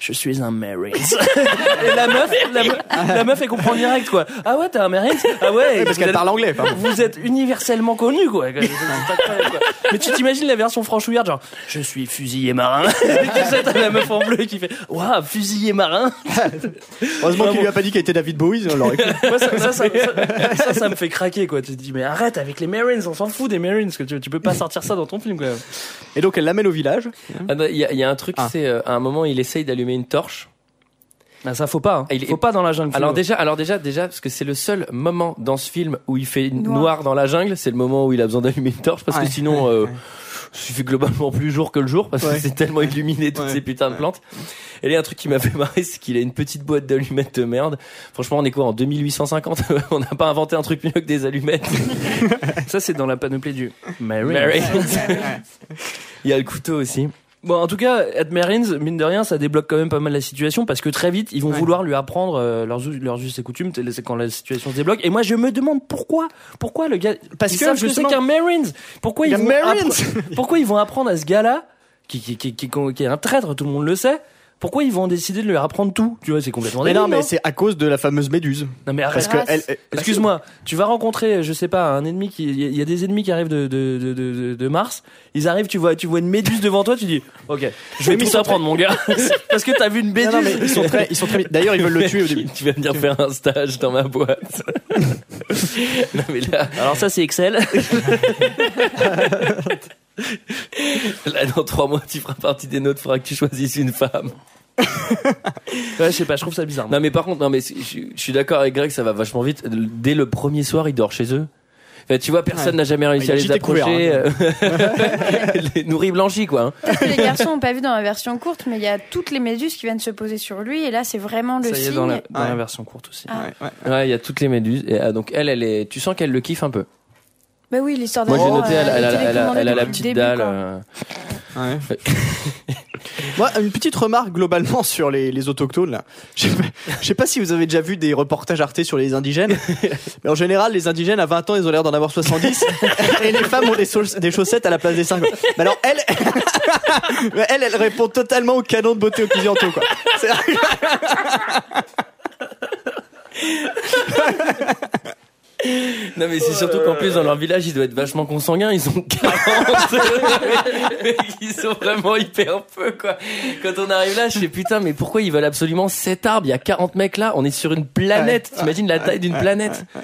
[SPEAKER 7] Je suis un Marines. et la meuf, la, meuf- la meuf, elle comprend direct, quoi. Ah ouais, t'es un Marines Ah ouais.
[SPEAKER 5] parce
[SPEAKER 7] vous
[SPEAKER 5] qu'elle
[SPEAKER 7] êtes-
[SPEAKER 5] parle anglais. enfin, bon.
[SPEAKER 7] Ah, Vous êtes universellement connu, quoi. C'est incroyable, quoi. Mais tu t'imagines la version franchouillarde, genre, je suis fusilier marin. Et tu sais, t'as la meuf en bleu qui fait, waouh, fusilier marin.
[SPEAKER 5] Heureusement qu'il lui a pas dit qu'elle était David Bowie, sinon on l'aurait cru.
[SPEAKER 7] Moi, ça, ça, ça, ça- ça, ça me fait craquer, quoi. Tu te dis, mais arrête avec les Marines, on s'en fout des Marines, que tu, tu peux pas sortir ça dans ton film, quand même.
[SPEAKER 5] Et donc elle l'amène au village.
[SPEAKER 1] Ah, non, Il y, a- il y a un truc,
[SPEAKER 5] Ah.
[SPEAKER 1] c'est euh, à un moment il essaye d'allumer une torche.
[SPEAKER 7] Ah, ça, faut pas, hein.
[SPEAKER 1] Ah, il est-
[SPEAKER 7] Faut pas dans la jungle.
[SPEAKER 1] Alors
[SPEAKER 7] faut-
[SPEAKER 1] déjà, alors déjà, déjà, parce que c'est le seul moment dans ce film où il fait noir,
[SPEAKER 6] Noir.
[SPEAKER 1] dans la jungle, c'est le moment où il a besoin d'allumer une torche parce
[SPEAKER 5] Ouais.
[SPEAKER 1] que sinon, euh, il suffit globalement plus jour que le jour parce
[SPEAKER 5] Ouais.
[SPEAKER 1] que c'est tellement illuminé toutes
[SPEAKER 5] Ouais.
[SPEAKER 1] ces putains de plantes. Et là, un truc qui m'a fait marrer, c'est qu'il a une petite boîte d'allumettes de merde. Franchement, on est quoi en 2850 On n'a pas inventé un truc mieux que des allumettes.
[SPEAKER 7] ça, c'est dans la panoplie du Marines.
[SPEAKER 1] il y a le couteau aussi.
[SPEAKER 7] Bon, en tout cas, at Marines, mine de rien, ça débloque quand même pas mal la situation parce que très vite, ils vont
[SPEAKER 5] Ouais.
[SPEAKER 7] vouloir lui apprendre euh, leurs, us- leurs us et coutumes t'es- c'est quand la situation se débloque. Et moi, je me demande pourquoi, pourquoi le gars,
[SPEAKER 5] Parce
[SPEAKER 7] ils
[SPEAKER 5] que,
[SPEAKER 7] savent ce c'est
[SPEAKER 5] justement-
[SPEAKER 7] qu'un Marines. Pourquoi
[SPEAKER 5] Il y
[SPEAKER 7] ils
[SPEAKER 5] a
[SPEAKER 7] vont
[SPEAKER 5] Marines.
[SPEAKER 7] appre- Pourquoi ils vont apprendre à ce gars-là, qui, qui, qui, qui, qui est un traître, tout le monde le sait, pourquoi ils vont décider de lui apprendre tout Tu vois, c'est complètement
[SPEAKER 5] Mais
[SPEAKER 7] débile,
[SPEAKER 5] non, mais
[SPEAKER 7] non
[SPEAKER 5] c'est à cause de la fameuse méduse.
[SPEAKER 7] Non, mais
[SPEAKER 5] Parce
[SPEAKER 7] arrête.
[SPEAKER 5] que
[SPEAKER 6] Race.
[SPEAKER 5] elle, elle-
[SPEAKER 7] Excuse-moi, tu vas rencontrer, je sais pas, un ennemi qui, il y a- il y a des ennemis qui arrivent de, de, de, de, de Mars. Ils arrivent, tu vois, tu vois une méduse devant toi, tu dis, ok, je vais
[SPEAKER 5] Mais ils
[SPEAKER 7] tout
[SPEAKER 5] sont
[SPEAKER 7] apprendre, mon gars, parce que t'as vu
[SPEAKER 5] Non,
[SPEAKER 7] une méduse.
[SPEAKER 5] non, mais ils sont très, ils sont très. D'ailleurs, ils veulent le tuer au début.
[SPEAKER 1] tu vas venir faire un stage dans ma boîte. non mais là,
[SPEAKER 7] Alors ça, c'est Excel.
[SPEAKER 1] là, dans trois mois, tu feras partie des nôtres. Faudra que tu choisisses une femme.
[SPEAKER 7] ouais, je sais pas, je trouve ça bizarre.
[SPEAKER 1] Non mais par contre, non mais c'est- je, je suis d'accord avec Greg, ça va vachement vite. Dès le premier soir, il dort chez eux. Enfin, tu vois, personne
[SPEAKER 5] Ouais.
[SPEAKER 1] n'a jamais réussi
[SPEAKER 5] Il a
[SPEAKER 1] à les
[SPEAKER 5] gîté
[SPEAKER 1] approcher.
[SPEAKER 5] couvert, hein,
[SPEAKER 1] euh, les nourris blanchis quoi. hein.
[SPEAKER 6] Peut-être que les garçons n'ont pas vu dans la version courte, mais il y a toutes les méduses qui viennent se poser sur lui, et là, c'est vraiment le
[SPEAKER 7] ça y est,
[SPEAKER 6] signe.
[SPEAKER 7] dans la, dans la
[SPEAKER 5] Ouais.
[SPEAKER 7] version courte aussi.
[SPEAKER 6] Ah.
[SPEAKER 5] Ouais, ouais.
[SPEAKER 1] Ouais, il y a toutes les méduses. Et, ah, donc elle, elle est. Tu sens qu'elle le kiffe un peu.
[SPEAKER 6] Bah oui, l'histoire
[SPEAKER 1] Moi j'ai
[SPEAKER 7] Oh,
[SPEAKER 6] d'amour,
[SPEAKER 1] noté,
[SPEAKER 6] euh,
[SPEAKER 1] elle, elle a-
[SPEAKER 6] était
[SPEAKER 1] elle a-
[SPEAKER 6] recommandée
[SPEAKER 1] elle a la
[SPEAKER 6] depuis le
[SPEAKER 1] petite
[SPEAKER 6] début,
[SPEAKER 1] dalle.
[SPEAKER 6] quoi.
[SPEAKER 1] euh.
[SPEAKER 5] Ouais. Moi, une petite remarque globalement sur les, les autochtones. Là. Je sais pas- je sais pas si vous avez déjà vu des reportages Arte sur les indigènes, mais en général, les indigènes à 20 ans, ils ont l'air d'en avoir 70, et les femmes ont des, sau- des chaussettes à la place des 5 Mais alors, elle, mais elle, elle répond totalement au canon de beauté occidentaux. Quoi. C'est-
[SPEAKER 1] Non mais c'est surtout qu'en plus dans leur village ils doivent être vachement consanguins, ils ont 40 mais ils sont vraiment hyper peu quoi. Quand on arrive là, je sais putain mais pourquoi ils veulent absolument cet arbre Il y a 40 mecs là, on est sur une planète. T'imagines la taille d'une planète
[SPEAKER 5] Ah,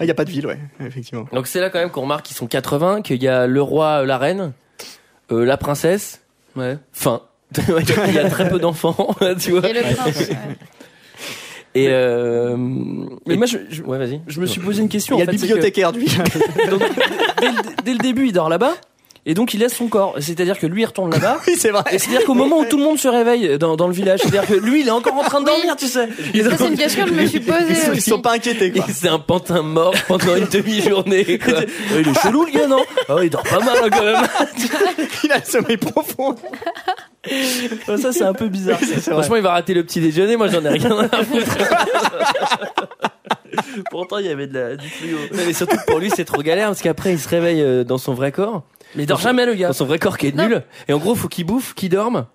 [SPEAKER 5] Il n'y a pas de ville, ouais, effectivement.
[SPEAKER 1] Donc c'est là quand même qu'on remarque qu'ils sont 80, qu'il y a le roi, euh, la reine, euh, la princesse,
[SPEAKER 7] Ouais.
[SPEAKER 1] fin. Il y a très peu d'enfants, tu vois.
[SPEAKER 6] Et le prince. ouais.
[SPEAKER 1] Et euh,
[SPEAKER 7] Mais
[SPEAKER 1] et-
[SPEAKER 7] moi, je, je-
[SPEAKER 1] ouais vas-y.
[SPEAKER 7] je me suis posé une question.
[SPEAKER 5] Il y a
[SPEAKER 7] en
[SPEAKER 5] le
[SPEAKER 7] fait, c'est que-
[SPEAKER 5] bibliothécaire, lui.
[SPEAKER 7] donc, dès, le- dès le début, il dort là-bas, et donc il laisse son corps. C'est-à-dire que lui, il retourne là-bas.
[SPEAKER 5] Oui, c'est vrai.
[SPEAKER 7] Et c'est-à-dire qu'au moment où tout le monde se réveille dans, dans le village, c'est-à-dire que lui, il est encore en train de dormir, tu sais. Et
[SPEAKER 6] Ça,
[SPEAKER 7] donc-
[SPEAKER 6] c'est une question que je me suis
[SPEAKER 5] Ils
[SPEAKER 6] posée.
[SPEAKER 5] sont, ils
[SPEAKER 6] aussi.
[SPEAKER 5] sont pas inquiétés, quoi.
[SPEAKER 1] C'est un pantin mort pendant une demi-journée. quoi.
[SPEAKER 7] Ah, il est chelou, le gars, non Ah, il dort pas mal, hein, quand même.
[SPEAKER 5] Il a le sommeil profond.
[SPEAKER 7] Ah, Ça, c'est un peu bizarre.
[SPEAKER 5] C'est vrai.
[SPEAKER 1] Franchement, il va rater le petit déjeuner. Moi, j'en ai rien à foutre.
[SPEAKER 7] Pourtant, il y avait de la, du fluo.
[SPEAKER 1] Non, mais surtout que pour lui, c'est trop galère parce qu'après, il se réveille euh, dans son vrai corps,
[SPEAKER 7] Mais il dort jamais, le gars.
[SPEAKER 1] dans son vrai corps qui est
[SPEAKER 6] Non.
[SPEAKER 1] nul. Et en gros, faut qu'il bouffe, qu'il dorme.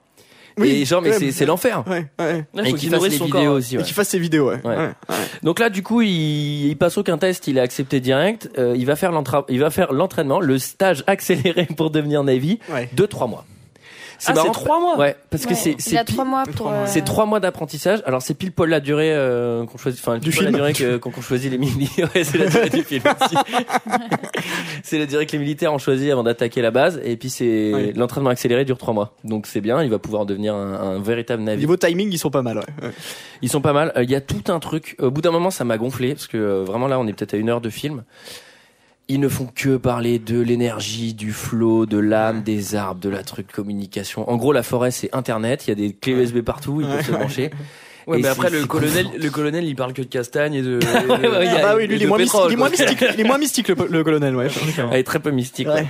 [SPEAKER 5] Oui,
[SPEAKER 1] et genre, mais
[SPEAKER 5] ouais.
[SPEAKER 1] c'est c'est l'enfer.
[SPEAKER 5] Ouais, ouais.
[SPEAKER 7] Là,
[SPEAKER 1] Et
[SPEAKER 7] faut
[SPEAKER 1] qu'il
[SPEAKER 7] qu'il
[SPEAKER 1] fasse les
[SPEAKER 7] nourrisse son
[SPEAKER 1] vidéos
[SPEAKER 7] corps.
[SPEAKER 1] aussi.
[SPEAKER 5] Et
[SPEAKER 1] ouais.
[SPEAKER 5] qu'il fasse ses vidéos, ouais.
[SPEAKER 1] Ouais.
[SPEAKER 5] Ouais.
[SPEAKER 1] Donc là, du coup, il, il passe aucun test. Il est accepté direct. Euh, il va faire l'entra- il va faire l'entraînement, le stage accéléré pour devenir Navy,
[SPEAKER 5] Ouais.
[SPEAKER 1] de trois mois. C'est
[SPEAKER 7] Ah,
[SPEAKER 1] marrant,
[SPEAKER 7] c'est trois mois
[SPEAKER 1] Ouais, parce que
[SPEAKER 6] Ouais.
[SPEAKER 1] c'est
[SPEAKER 6] Il y
[SPEAKER 1] c'est
[SPEAKER 6] a
[SPEAKER 1] pi-
[SPEAKER 6] trois mois pour. euh,
[SPEAKER 1] c'est trois mois d'apprentissage. Alors c'est pile poil la durée euh, qu'on choisit, enfin du
[SPEAKER 5] film.
[SPEAKER 1] la durée que- qu'on qu'on choisit les militaires. Ouais, c'est la durée du film. aussi. c'est la durée que les militaires ont choisi avant d'attaquer la base. Et puis c'est
[SPEAKER 5] Oui.
[SPEAKER 1] l'entraînement accéléré dure trois mois. Donc c'est bien, il va pouvoir devenir un, un véritable navire.
[SPEAKER 5] Niveau timing, ils sont pas mal. ouais. Ouais.
[SPEAKER 1] Ils sont pas mal. Euh, Il y a tout un truc. Au bout d'un moment, ça m'a gonflé parce que euh, vraiment là, on est peut-être à une heure de film. Ils ne font que parler de l'énergie, du flot, de l'âme, des arbres, de la truc communication. En gros, la forêt, c'est Internet. Il y a des clés USB partout. Ils peuvent se brancher.
[SPEAKER 7] Ouais,
[SPEAKER 1] Et
[SPEAKER 7] mais
[SPEAKER 1] c'est-
[SPEAKER 7] après, le
[SPEAKER 1] c'est
[SPEAKER 7] colonel,
[SPEAKER 1] gonflant.
[SPEAKER 7] le colonel, il parle que de castagne et de.
[SPEAKER 1] ouais, il y a-
[SPEAKER 5] Ah bah oui, lui,
[SPEAKER 7] et
[SPEAKER 5] il
[SPEAKER 7] de
[SPEAKER 5] est moins mystique,
[SPEAKER 7] pétrole,
[SPEAKER 5] il est moins
[SPEAKER 7] quoi.
[SPEAKER 5] mystique, il est moins mystique, le, le colonel, ouais.
[SPEAKER 1] Elle est très peu mystique. ouais.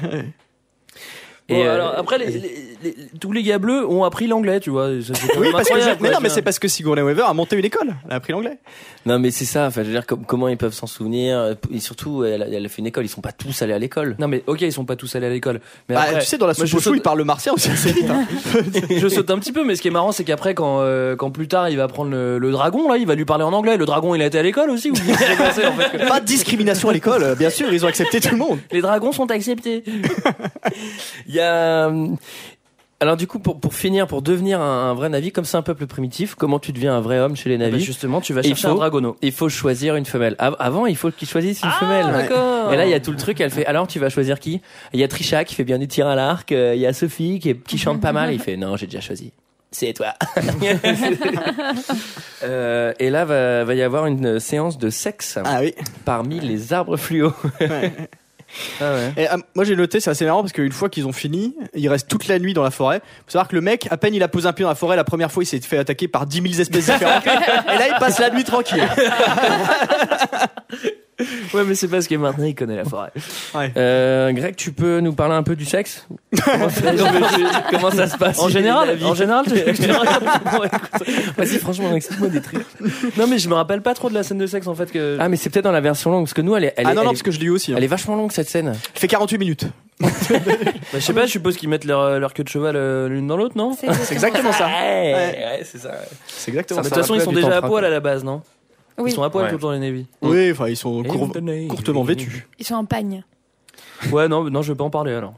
[SPEAKER 7] Bon,
[SPEAKER 1] euh,
[SPEAKER 7] alors, après, les- les- les- tous les gars bleus ont appris l'anglais, tu vois. Ça, c'est quand
[SPEAKER 5] Oui,
[SPEAKER 7] même
[SPEAKER 5] parce que
[SPEAKER 7] incroyable,
[SPEAKER 5] mais
[SPEAKER 7] quoi,
[SPEAKER 5] non, mais
[SPEAKER 7] tu
[SPEAKER 5] c'est parce que Sigourney Weaver a monté une école. Elle a appris l'anglais.
[SPEAKER 1] non, mais c'est ça. Enfin, je veux dire, com- comment ils peuvent s'en souvenir euh, Et surtout, elle, a- elle a fait une école. Ils sont pas tous allés à l'école.
[SPEAKER 7] vois. Non, mais ok, ils sont pas tous allés à l'école. Mais
[SPEAKER 5] Bah,
[SPEAKER 7] après,
[SPEAKER 5] tu sais, dans la
[SPEAKER 7] moi,
[SPEAKER 5] soupe
[SPEAKER 7] je
[SPEAKER 5] aux choux,
[SPEAKER 7] saute-
[SPEAKER 5] il parle le martien aussi assez vite. hein.
[SPEAKER 7] je saute un petit peu, mais ce qui est marrant, c'est qu'après, quand, euh, quand plus tard il va prendre le, le dragon, là, il va lui parler en anglais. Le dragon, il a été à l'école aussi ou qu'est-ce qui s'est passé, en fait
[SPEAKER 5] Pas de discrimination à l'école, euh, bien sûr, ils ont accepté tout le monde.
[SPEAKER 7] Les dragons sont acceptés.
[SPEAKER 1] Il y a. euh, Alors du coup, pour, pour finir, pour devenir un, un vrai navire, comme c'est un peuple primitif, comment tu deviens un vrai homme chez les
[SPEAKER 7] Bah,
[SPEAKER 1] navis
[SPEAKER 7] justement, tu vas
[SPEAKER 1] Il
[SPEAKER 7] chercher un
[SPEAKER 1] faut-
[SPEAKER 7] dragono.
[SPEAKER 1] il faut choisir une femelle. Av- Avant, il faut qu'il choisisse une
[SPEAKER 7] Ah,
[SPEAKER 1] femelle.
[SPEAKER 7] d'accord.
[SPEAKER 1] Et là, il y a tout le truc. Elle fait. Alors, tu vas choisir qui Il y a Trisha qui fait bien du tir à l'arc. euh, Il y a Sophie qui, est- qui chante pas mal. Il fait. Non, j'ai déjà choisi. C'est toi. Euh, et là, va, va y avoir une séance de sexe
[SPEAKER 5] Ah oui.
[SPEAKER 1] parmi les arbres fluo. Ah ouais.
[SPEAKER 5] Et, ah, moi j'ai noté, c'est assez marrant parce qu'une fois qu'ils ont fini, ils restent toute la nuit dans la forêt. Faut savoir que le mec, à peine il a posé un pied dans la forêt, la première fois il s'est fait attaquer par 10 000 espèces différentes. et là il passe la nuit tranquille.
[SPEAKER 7] Ouais, mais c'est parce que maintenant il connaît la forêt.
[SPEAKER 1] Euh, Greg, tu peux nous parler un peu du sexe comment, ça, comment ça se passe
[SPEAKER 7] En général, en général, tu-
[SPEAKER 1] vas-y, franchement, explique-moi des trucs.
[SPEAKER 7] non mais je me rappelle pas trop de la scène de sexe en fait que.
[SPEAKER 1] Ah, mais c'est peut-être dans la version longue parce que nous, elle est, elle
[SPEAKER 5] ah
[SPEAKER 1] est-
[SPEAKER 5] non, non,
[SPEAKER 1] elle
[SPEAKER 5] parce que je l'ai eu aussi.
[SPEAKER 1] est-
[SPEAKER 5] hein.
[SPEAKER 1] elle est vachement longue cette scène.
[SPEAKER 5] Il fait 48 minutes.
[SPEAKER 7] Bah, je sais pas, je suppose qu'ils mettent leur, leur queue de cheval euh, l'une dans l'autre, non
[SPEAKER 6] c'est
[SPEAKER 5] C'est exactement ça.
[SPEAKER 1] Ouais,
[SPEAKER 5] Ouais.
[SPEAKER 1] c'est ça.
[SPEAKER 5] C'est exactement
[SPEAKER 7] Mais De
[SPEAKER 5] ça.
[SPEAKER 7] toute façon, ils sont
[SPEAKER 1] du temps
[SPEAKER 7] déjà à
[SPEAKER 1] de train,
[SPEAKER 7] poil
[SPEAKER 1] quoi.
[SPEAKER 7] à la base, non
[SPEAKER 6] Oui,
[SPEAKER 7] Ils sont à poil
[SPEAKER 1] Ouais.
[SPEAKER 7] tout le temps les Navy.
[SPEAKER 5] Oui, enfin ils sont cour-
[SPEAKER 7] Et le Navy.
[SPEAKER 5] courtement vêtus.
[SPEAKER 6] ils sont en pagne.
[SPEAKER 7] Ouais, non, non, je vais pas en parler alors.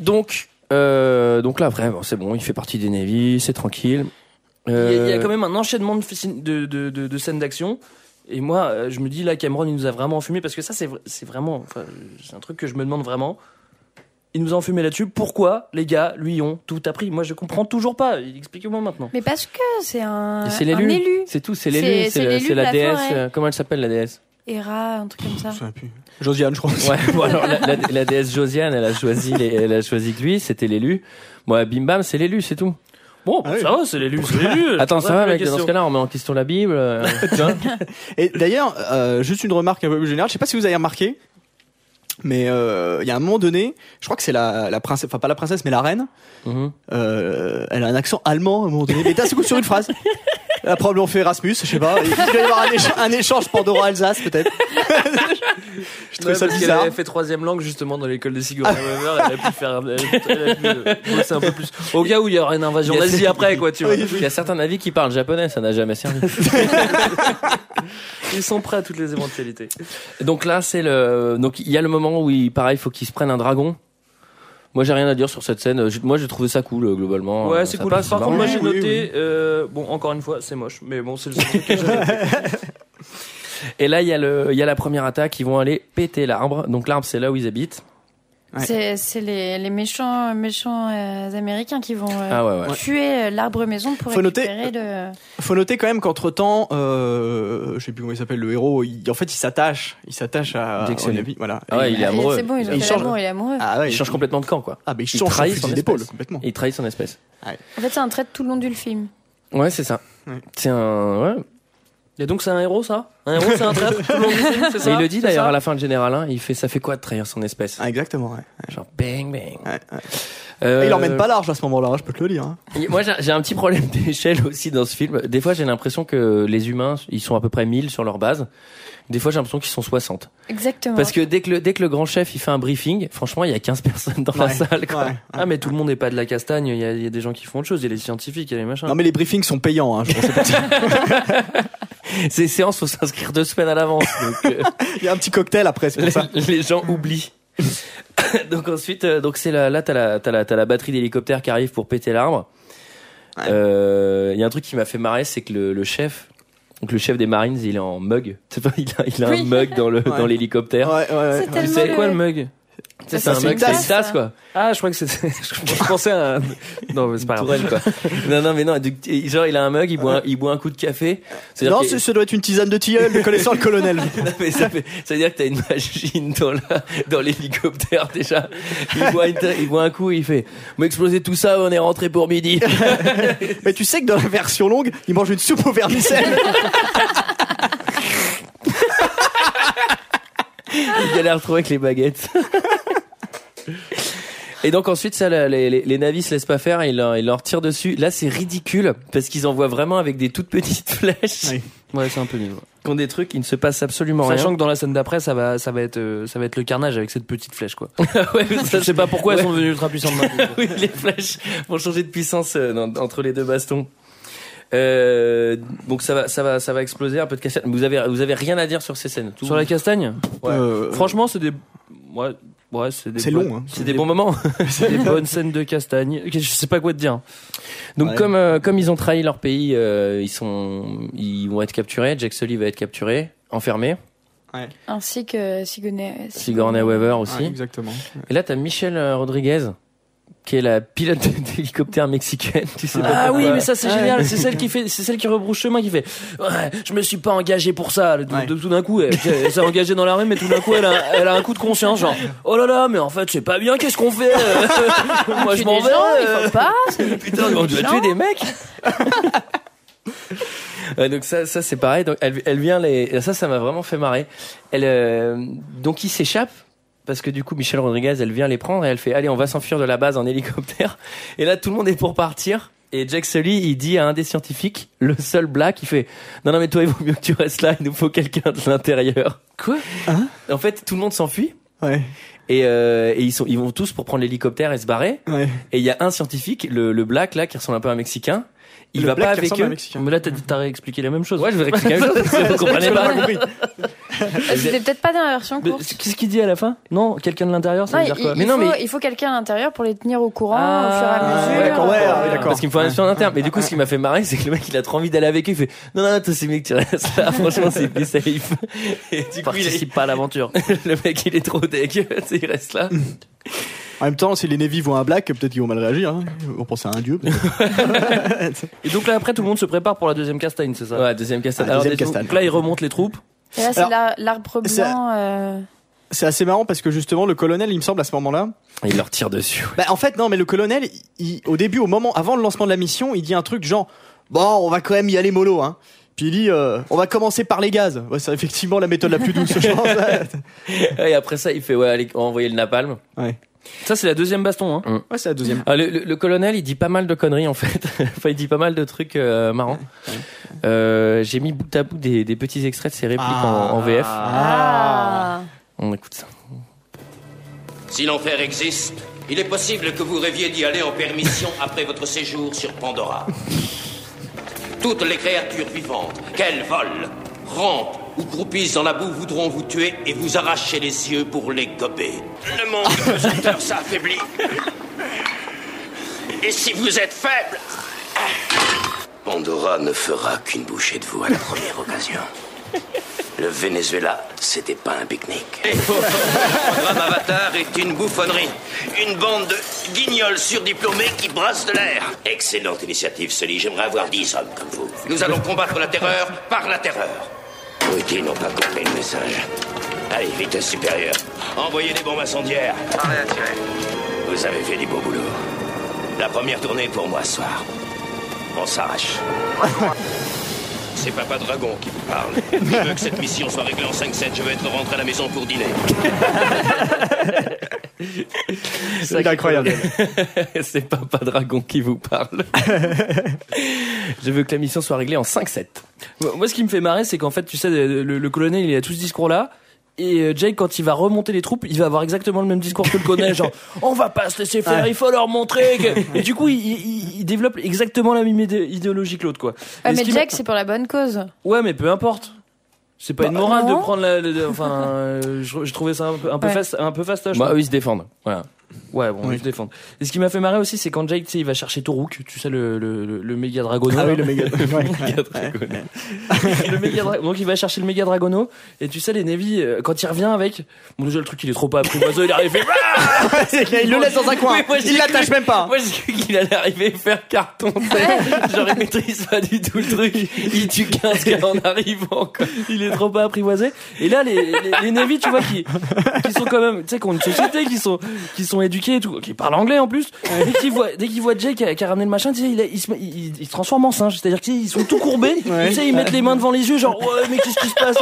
[SPEAKER 1] Donc, euh, donc là, vraiment, c'est bon, il fait partie des Navy, c'est tranquille. Euh,
[SPEAKER 7] Il y, a- il y a quand même un enchaînement de, fi- de, de, de- de scènes d'action. Et moi, euh, je me dis là, Cameron, il nous a vraiment enfumé parce que ça, c'est vr- c'est vraiment, enfin, c'est un truc que je me demande vraiment. Il nous a enfumé là-dessus. Pourquoi les gars lui ont tout appris Moi, je comprends toujours pas. Expliquez-moi maintenant.
[SPEAKER 6] Mais parce que c'est un,
[SPEAKER 1] et c'est
[SPEAKER 6] un
[SPEAKER 1] l'élu.
[SPEAKER 6] élu.
[SPEAKER 1] C'est tout, c'est
[SPEAKER 6] C'est-
[SPEAKER 1] l'élu.
[SPEAKER 6] c'est
[SPEAKER 1] C'est la,
[SPEAKER 6] l'élu
[SPEAKER 1] c'est
[SPEAKER 6] de
[SPEAKER 1] la
[SPEAKER 6] la
[SPEAKER 1] déesse.
[SPEAKER 6] forêt.
[SPEAKER 1] euh, comment elle s'appelle la déesse
[SPEAKER 6] Hera, un truc comme ça.
[SPEAKER 5] Je sais plus. Josiane, je crois.
[SPEAKER 1] Ouais, bon, alors la, la- la déesse Josiane, elle a choisi, les- elle a choisi que lui, c'était l'élu. Moi, bim bam, c'est l'élu, c'est tout.
[SPEAKER 7] Bon,
[SPEAKER 5] Ah oui.
[SPEAKER 7] ça va, c'est l'élu, c'est l'élu.
[SPEAKER 1] Attends,
[SPEAKER 7] Je
[SPEAKER 1] ça
[SPEAKER 7] pose
[SPEAKER 1] va,
[SPEAKER 7] Euh, la
[SPEAKER 1] mec, dans
[SPEAKER 7] question.
[SPEAKER 1] ce cas-là, on met en question la Bible. euh, tu vois
[SPEAKER 5] Et d'ailleurs, euh, juste une remarque un peu plus générale, je sais pas si vous avez remarqué, mais euh, il y a un moment donné, je crois que c'est la, la princesse, enfin pas la princesse, mais la reine,
[SPEAKER 1] Mhm.
[SPEAKER 5] euh, elle a un accent allemand à un moment donné, mais d'un seul coup sur une phrase. Elle a probablement fait Erasmus, je sais pas, et il va y avoir un, écha- un échange Pandora-Alsace peut-être. je trouve
[SPEAKER 7] Ouais,
[SPEAKER 5] ça
[SPEAKER 7] parce qu'elle
[SPEAKER 5] bizarre.
[SPEAKER 7] avait fait troisième langue justement dans l'école de Sigourney Weaver, elle a pu faire, elle a pu, elle a pu, euh, bosser un peu plus. Au cas où il y aurait une invasion
[SPEAKER 1] Il y a
[SPEAKER 7] d'Asie
[SPEAKER 1] cette-
[SPEAKER 7] après, quoi, tu vois.
[SPEAKER 5] Oui,
[SPEAKER 1] Il y a certains avis qui parlent japonais, ça n'a jamais servi.
[SPEAKER 7] Ils sont prêts à toutes les éventualités.
[SPEAKER 1] Donc là, c'est le. Donc il y a le moment où il, pareil, faut qu'il se prenne un dragon. Moi, j'ai rien à dire sur cette scène. Euh, j'ai- Moi, j'ai trouvé ça cool euh, globalement.
[SPEAKER 7] Ouais,
[SPEAKER 1] Euh,
[SPEAKER 7] c'est
[SPEAKER 1] ça
[SPEAKER 7] cool.
[SPEAKER 1] passe,
[SPEAKER 7] Par
[SPEAKER 1] c'est
[SPEAKER 7] contre, moi
[SPEAKER 1] marrant.
[SPEAKER 7] j'ai
[SPEAKER 5] Oui, oui,
[SPEAKER 7] noté, euh, bon, encore une fois, c'est moche, mais bon, c'est le seul truc que j'ai noté.
[SPEAKER 1] Et là, il y a le, il y a la première attaque. Ils vont aller péter l'arbre. Donc l'arbre, c'est là où ils habitent.
[SPEAKER 5] Ouais.
[SPEAKER 6] C'est- C'est les, les méchants, méchants euh, américains qui vont euh,
[SPEAKER 1] Ah ouais, ouais.
[SPEAKER 6] tuer euh, l'arbre maison pour
[SPEAKER 5] Faut noter-
[SPEAKER 6] récupérer le.
[SPEAKER 5] Faut noter quand même qu'entre temps, euh, je sais plus comment il s'appelle, le héros, il- en fait il s'attache, il s'attache à.
[SPEAKER 1] Jackson.
[SPEAKER 5] au Navi, voilà.
[SPEAKER 1] Ah ouais, il est
[SPEAKER 6] Ah,
[SPEAKER 1] amoureux.
[SPEAKER 6] C'est bon, ils ont
[SPEAKER 5] Il
[SPEAKER 6] fait
[SPEAKER 5] change-
[SPEAKER 6] l'amour, il est amoureux.
[SPEAKER 5] Ah ouais,
[SPEAKER 1] Il change complètement de camp, quoi.
[SPEAKER 5] Ah bah il
[SPEAKER 1] il
[SPEAKER 5] change son
[SPEAKER 1] trahit
[SPEAKER 5] fusil
[SPEAKER 1] son
[SPEAKER 5] d'épaule
[SPEAKER 1] espèce.
[SPEAKER 5] complètement.
[SPEAKER 1] Et il trahit son espèce.
[SPEAKER 6] En fait, c'est un trait de tout le long du film.
[SPEAKER 1] Ouais, c'est ça.
[SPEAKER 5] Ouais.
[SPEAKER 1] C'est un. Ouais.
[SPEAKER 7] Et donc, c'est un héros, ça Un héros, c'est un traître tout le long du film, c'est ça
[SPEAKER 1] Et il le dit
[SPEAKER 7] C'est
[SPEAKER 1] d'ailleurs
[SPEAKER 7] ça
[SPEAKER 1] à la fin de Général 1, il fait ça fait quoi de trahir son espèce
[SPEAKER 5] Ah, exactement, ouais.
[SPEAKER 1] Genre bang bang.
[SPEAKER 5] Ouais, ouais.
[SPEAKER 1] Euh,
[SPEAKER 5] Et il emmène pas large à ce moment-là, hein, je peux te le dire. hein.
[SPEAKER 1] Et Moi, j'ai- j'ai un petit problème d'échelle aussi dans ce film. Des fois, j'ai l'impression que les humains, ils sont à peu près 1000 sur leur base. Des fois, j'ai l'impression qu'ils sont 60.
[SPEAKER 6] Exactement.
[SPEAKER 1] Parce que dès que le, dès que le grand chef, il fait un briefing, franchement, il y a 15 personnes dans la
[SPEAKER 5] Ouais,
[SPEAKER 1] salle, quoi.
[SPEAKER 5] ouais.
[SPEAKER 7] Ah, mais tout le monde n'est pas de la castagne, il y, a- il y a des gens qui font autre chose, il y a les scientifiques, il y a les machins.
[SPEAKER 5] Ah. Non mais les briefings sont payants, hein, je pense.
[SPEAKER 1] Ces séances, faut s'inscrire deux semaines à l'avance. Donc, euh,
[SPEAKER 5] Il y a un petit cocktail après, c'est pour ça.
[SPEAKER 1] les, les gens oublient. donc ensuite, euh, donc c'est la, là, t'as la, t'as la, t'as la batterie d'hélicoptère qui arrive pour péter l'arbre. Euh, Il y a un truc qui m'a fait marrer, c'est que le, le chef, donc le chef des Marines, il est en mug. Tu sais pas, il a, il a
[SPEAKER 6] Oui.
[SPEAKER 1] un mug dans le dans l'hélicoptère.
[SPEAKER 5] Ouais, ouais, ouais.
[SPEAKER 6] C'est tellement
[SPEAKER 11] C'est
[SPEAKER 6] le-
[SPEAKER 11] quoi le mug
[SPEAKER 1] Tu sais,
[SPEAKER 6] Ça,
[SPEAKER 1] c'est
[SPEAKER 6] c'est
[SPEAKER 1] un mug,
[SPEAKER 6] une
[SPEAKER 1] c'est
[SPEAKER 6] tasse,
[SPEAKER 1] une tasse
[SPEAKER 6] ça.
[SPEAKER 1] quoi.
[SPEAKER 11] Ah, je crois que c'était. Je pensais à. un- Non, mais c'est pas grave.
[SPEAKER 1] Tourelle, quoi. non, non, mais non. du- il- Genre, il a un mug, il boit, un, il boit un coup de café. C'est-à-dire
[SPEAKER 5] Non,
[SPEAKER 1] que-
[SPEAKER 5] ce, ce doit être une tisane de tilleul, le connaissant le colonel.
[SPEAKER 1] Non, mais ça, fait- ça veut dire que t'as une machine dans la- dans l'hélicoptère déjà. Il boit, une ta- il boit un coup, il fait m'exploser tout ça, on est rentré pour midi.
[SPEAKER 5] Mais tu sais que dans la version longue, il mange une soupe aux vermicelles.
[SPEAKER 1] Il galère trop avec les baguettes. Et donc ensuite, ça, la- les, les, les navis se laissent pas faire, ils leur, ils leur tirent dessus. Là, c'est ridicule parce qu'ils envoient vraiment avec des toutes petites flèches.
[SPEAKER 5] Oui.
[SPEAKER 11] Ouais, c'est un peu nul. ouais.
[SPEAKER 1] Qui ont des trucs, il ne se passe absolument
[SPEAKER 11] Sachant
[SPEAKER 1] rien.
[SPEAKER 11] que dans la scène d'après, ça va, ça va être, euh, ça va être le carnage avec cette petite flèche, quoi.
[SPEAKER 1] Ouais, mais ça,
[SPEAKER 11] Je sais pas pourquoi
[SPEAKER 1] Ouais.
[SPEAKER 11] elles sont devenues ultra puissantes. maintenant.
[SPEAKER 1] oui, les flèches vont changer de puissance euh, dans- entre les deux bastons. Euh, donc ça va, ça va, ça va exploser un peu de cassette. Vous avez, vous avez rien à dire sur ces scènes. Tout-
[SPEAKER 11] Sur la castagne.
[SPEAKER 1] Ouais.
[SPEAKER 5] Euh,
[SPEAKER 11] Franchement, c'est des. Ouais, ouais, c'est des.
[SPEAKER 5] C'est
[SPEAKER 11] bonnes-
[SPEAKER 5] long, hein.
[SPEAKER 1] C'est des bons moments.
[SPEAKER 11] C'est des bonnes scènes de castagne. Je sais pas quoi te dire.
[SPEAKER 1] Donc
[SPEAKER 5] Ouais.
[SPEAKER 1] comme euh, comme ils ont trahi leur pays, euh, ils sont, ils vont être capturés. Jack Sully va être capturé, enfermé.
[SPEAKER 6] Ainsi que Sigourney.
[SPEAKER 1] Sigourney Weaver aussi.
[SPEAKER 5] Ouais, Ah, exactement.
[SPEAKER 1] Et là t'as Michelle euh, Rodriguez, qui est la pilote d'hélicoptère mexicaine. Tu sais pas
[SPEAKER 11] Ah oui,
[SPEAKER 1] pourquoi.
[SPEAKER 11] mais ça c'est génial. C'est celle qui fait, c'est celle qui rebrousse chemin, qui fait. Ouais, je me suis pas engagée pour ça. De-
[SPEAKER 5] Ouais.
[SPEAKER 11] de- tout d'un coup, elle, elle s'est engagée dans l'armée, mais tout d'un coup, elle a, elle a un coup de conscience, genre. Oh là là, mais en fait, c'est pas bien. Qu'est-ce qu'on fait Euh,
[SPEAKER 1] Oh,
[SPEAKER 11] Moi, je m'en vais. euh,
[SPEAKER 6] Il faut pas.
[SPEAKER 1] Putain, on doit
[SPEAKER 6] gens.
[SPEAKER 1] tuer des mecs Ouais, donc ça, ça c'est pareil. Donc elle, elle vient les. Ça, ça m'a vraiment fait marrer. Elle, euh, donc ils s'échappent parce que du coup Michel Rodriguez, elle vient les prendre et elle fait allez, on va s'enfuir de la base en hélicoptère. Et là, tout le monde est pour partir. Et Jack Sully, il dit à un des scientifiques, le seul black, il fait non non mais toi, il vaut mieux que tu restes là. Il nous faut quelqu'un de l'intérieur. Quoi En fait, tout le monde s'enfuit.
[SPEAKER 5] Ouais,
[SPEAKER 1] Et, euh, et ils, sont, ils vont tous pour prendre l'hélicoptère et se barrer.
[SPEAKER 5] ouais.
[SPEAKER 1] Et il y a un scientifique, le, le black là, qui ressemble un peu à un Mexicain. Il
[SPEAKER 5] Le
[SPEAKER 1] va
[SPEAKER 5] black
[SPEAKER 1] pas
[SPEAKER 5] qui
[SPEAKER 1] avec
[SPEAKER 5] ressemble à un
[SPEAKER 1] eux.
[SPEAKER 5] Mexicain.
[SPEAKER 11] Mais là, t'as- t'as réexpliqué la même chose. Ah,
[SPEAKER 1] Ouais, je vais expliquer la même chose. parce que Vous comprenez pas.
[SPEAKER 6] C'était peut-être pas dans la version
[SPEAKER 11] Mais
[SPEAKER 6] courte.
[SPEAKER 11] Qu'est-ce qu'il dit à la fin Non, quelqu'un de l'intérieur, ça
[SPEAKER 6] Non,
[SPEAKER 11] veut
[SPEAKER 6] il,
[SPEAKER 11] dire quoi
[SPEAKER 6] il
[SPEAKER 1] Mais non,
[SPEAKER 6] faut,
[SPEAKER 1] mais-
[SPEAKER 6] il faut quelqu'un à l'intérieur pour les tenir au courant
[SPEAKER 11] Ah,
[SPEAKER 6] au fur et à
[SPEAKER 5] ouais,
[SPEAKER 6] mesure.
[SPEAKER 5] d'accord, ouais, ouais, d'accord.
[SPEAKER 1] Parce qu'il me faut un sur interne. Mais du coup, ce qui m'a fait marrer, c'est que le mec, il a trop envie d'aller avec eux. Il fait non, non, non, toi, c'est mieux que tu restes là. Franchement, c'est plus safe. Et du coup, il est-
[SPEAKER 11] Participe pas à l'aventure.
[SPEAKER 1] le mec, il est trop deg. Tu sais, il reste là.
[SPEAKER 5] En même temps, si les Navy voient un black, peut-être qu'ils vont mal réagir. Hein. Ils vont penser à un dieu. peut-être.
[SPEAKER 11] Et donc là, après, tout le monde se prépare pour la deuxième castagne, c'est ça
[SPEAKER 1] Ouais, deuxième castane.
[SPEAKER 5] Ah,
[SPEAKER 1] Alors,
[SPEAKER 5] deuxième
[SPEAKER 1] des-
[SPEAKER 5] castane.
[SPEAKER 11] Donc là, ils remontent les troupes.
[SPEAKER 6] Et là, c'est
[SPEAKER 5] Alors,
[SPEAKER 6] la- l'arbre
[SPEAKER 5] c'est-
[SPEAKER 6] blanc. euh,
[SPEAKER 5] C'est assez marrant parce que justement, le colonel, il me semble, à ce moment-là.
[SPEAKER 1] Il leur tire dessus.
[SPEAKER 5] Bah, en fait, non, mais le colonel, il- au début, au moment, avant le lancement de la mission, il dit un truc genre Bon, on va quand même y aller mollo, hein. Puis il dit euh, On va commencer par les gaz. Ouais, c'est effectivement la méthode la plus douce, je pense.
[SPEAKER 1] Et après ça, il fait ouais, allez, on va envoyer le napalm.
[SPEAKER 11] Ça, c'est la deuxième baston. Hein.
[SPEAKER 5] Ouais, c'est la deuxième.
[SPEAKER 1] Ah, le, le- le colonel, il dit pas mal de conneries en fait. enfin, il dit pas mal de trucs euh, marrants. Euh, J'ai mis bout à bout des, des petits extraits de ses répliques en, en VF.
[SPEAKER 6] Ah.
[SPEAKER 1] On écoute ça.
[SPEAKER 7] Si l'enfer existe, il est possible que vous rêviez d'y aller en permission après votre séjour sur Pandora. Toutes les créatures vivantes, qu'elles volent, rampent ou croupissent dans la boue, voudront vous tuer et vous arracher les yeux pour les gober. Le manque de pesanteur s'affaiblit. Et si vous êtes faible,
[SPEAKER 12] Pandora ne fera qu'une bouchée de vous à la première occasion. Le Venezuela, c'était pas un pique-nique.
[SPEAKER 7] Programme Avatar est une bouffonnerie. Une bande de guignols surdiplômés qui brassent de l'air. Excellente initiative, Sully. J'aimerais avoir dix hommes comme vous. Nous allons combattre la terreur par la terreur.
[SPEAKER 12] Eux qui n'ont pas compris le message.
[SPEAKER 7] Allez, vitesse supérieure. Envoyez des bombes incendiaires. Vous avez fait du beau boulot. La première tournée est pour moi ce soir. On s'arrache. C'est Papa Dragon qui vous parle. Je veux que cette mission soit réglée en 5-7. Je veux être rentré à la maison pour dîner.
[SPEAKER 5] C'est incroyable.
[SPEAKER 1] C'est Papa Dragon qui vous parle. Je veux que la mission soit réglée en 5-7.
[SPEAKER 11] Moi- Moi, ce qui me fait marrer, c'est qu'en fait, tu sais, le, le colonel, il a tout ce discours-là. Et euh, Jake, quand il va remonter les troupes, il va avoir exactement le même discours que le colonel, genre on va pas se laisser faire, il faut leur montrer. que- Et du coup, il, il- il développe exactement la même idé- idéologie que l'autre, quoi.
[SPEAKER 6] Ouais,
[SPEAKER 11] Et ce
[SPEAKER 6] mais
[SPEAKER 11] qui
[SPEAKER 6] Jack,
[SPEAKER 11] m'a-
[SPEAKER 6] c'est pour la bonne cause.
[SPEAKER 11] ouais, mais peu importe.
[SPEAKER 7] C'est pas
[SPEAKER 6] Bah,
[SPEAKER 7] une morale
[SPEAKER 6] non.
[SPEAKER 7] de prendre la. la- la- enfin, euh, je, je trouvais ça un peu, un peu,
[SPEAKER 6] Ouais.
[SPEAKER 7] fast- un peu fastoche.
[SPEAKER 1] Bah,
[SPEAKER 7] quoi.
[SPEAKER 1] eux, ils se défendent. Voilà.
[SPEAKER 7] Ouais, bon,
[SPEAKER 5] Oui.
[SPEAKER 7] ils se défendent. Et ce qui m'a fait marrer aussi, c'est quand Jake, tu sais, il va chercher Toruk, tu sais, le, le, le, le méga dragon.
[SPEAKER 5] Ah oui, le méga. ouais, ouais.
[SPEAKER 7] le méga dra- donc il va chercher le méga dragono et tu sais les Navy euh, quand il revient avec bon déjà le truc il est trop pas apprivoisé il arrive et fait
[SPEAKER 5] Il le laisse dans un coin.
[SPEAKER 7] Oui, moi, j'ai
[SPEAKER 5] Il l'attache
[SPEAKER 7] cru-
[SPEAKER 5] même pas.
[SPEAKER 7] moi j'ai cru qu'il allait arriver faire carton tu sais. genre il maîtrise pas du tout le truc il tue 15 gars en arrivant quoi. il est trop pas apprivoisé et là les, les, les Navy tu vois qui, qui sont quand même tu sais qui ont une société qui sont qui sont éduqués et tout qui parlent anglais en plus dès qu'ils voient dès qu'ils voient Jake qui a, qui a ramené le machin tu sais il, a- il se, met- il, il se transforme en singe c'est-à-dire qu'ils sont tout courbés
[SPEAKER 5] Ouais.
[SPEAKER 7] tu sais ils mettent les mains devant les yeux genre ouais mais qu'est-ce qui se passe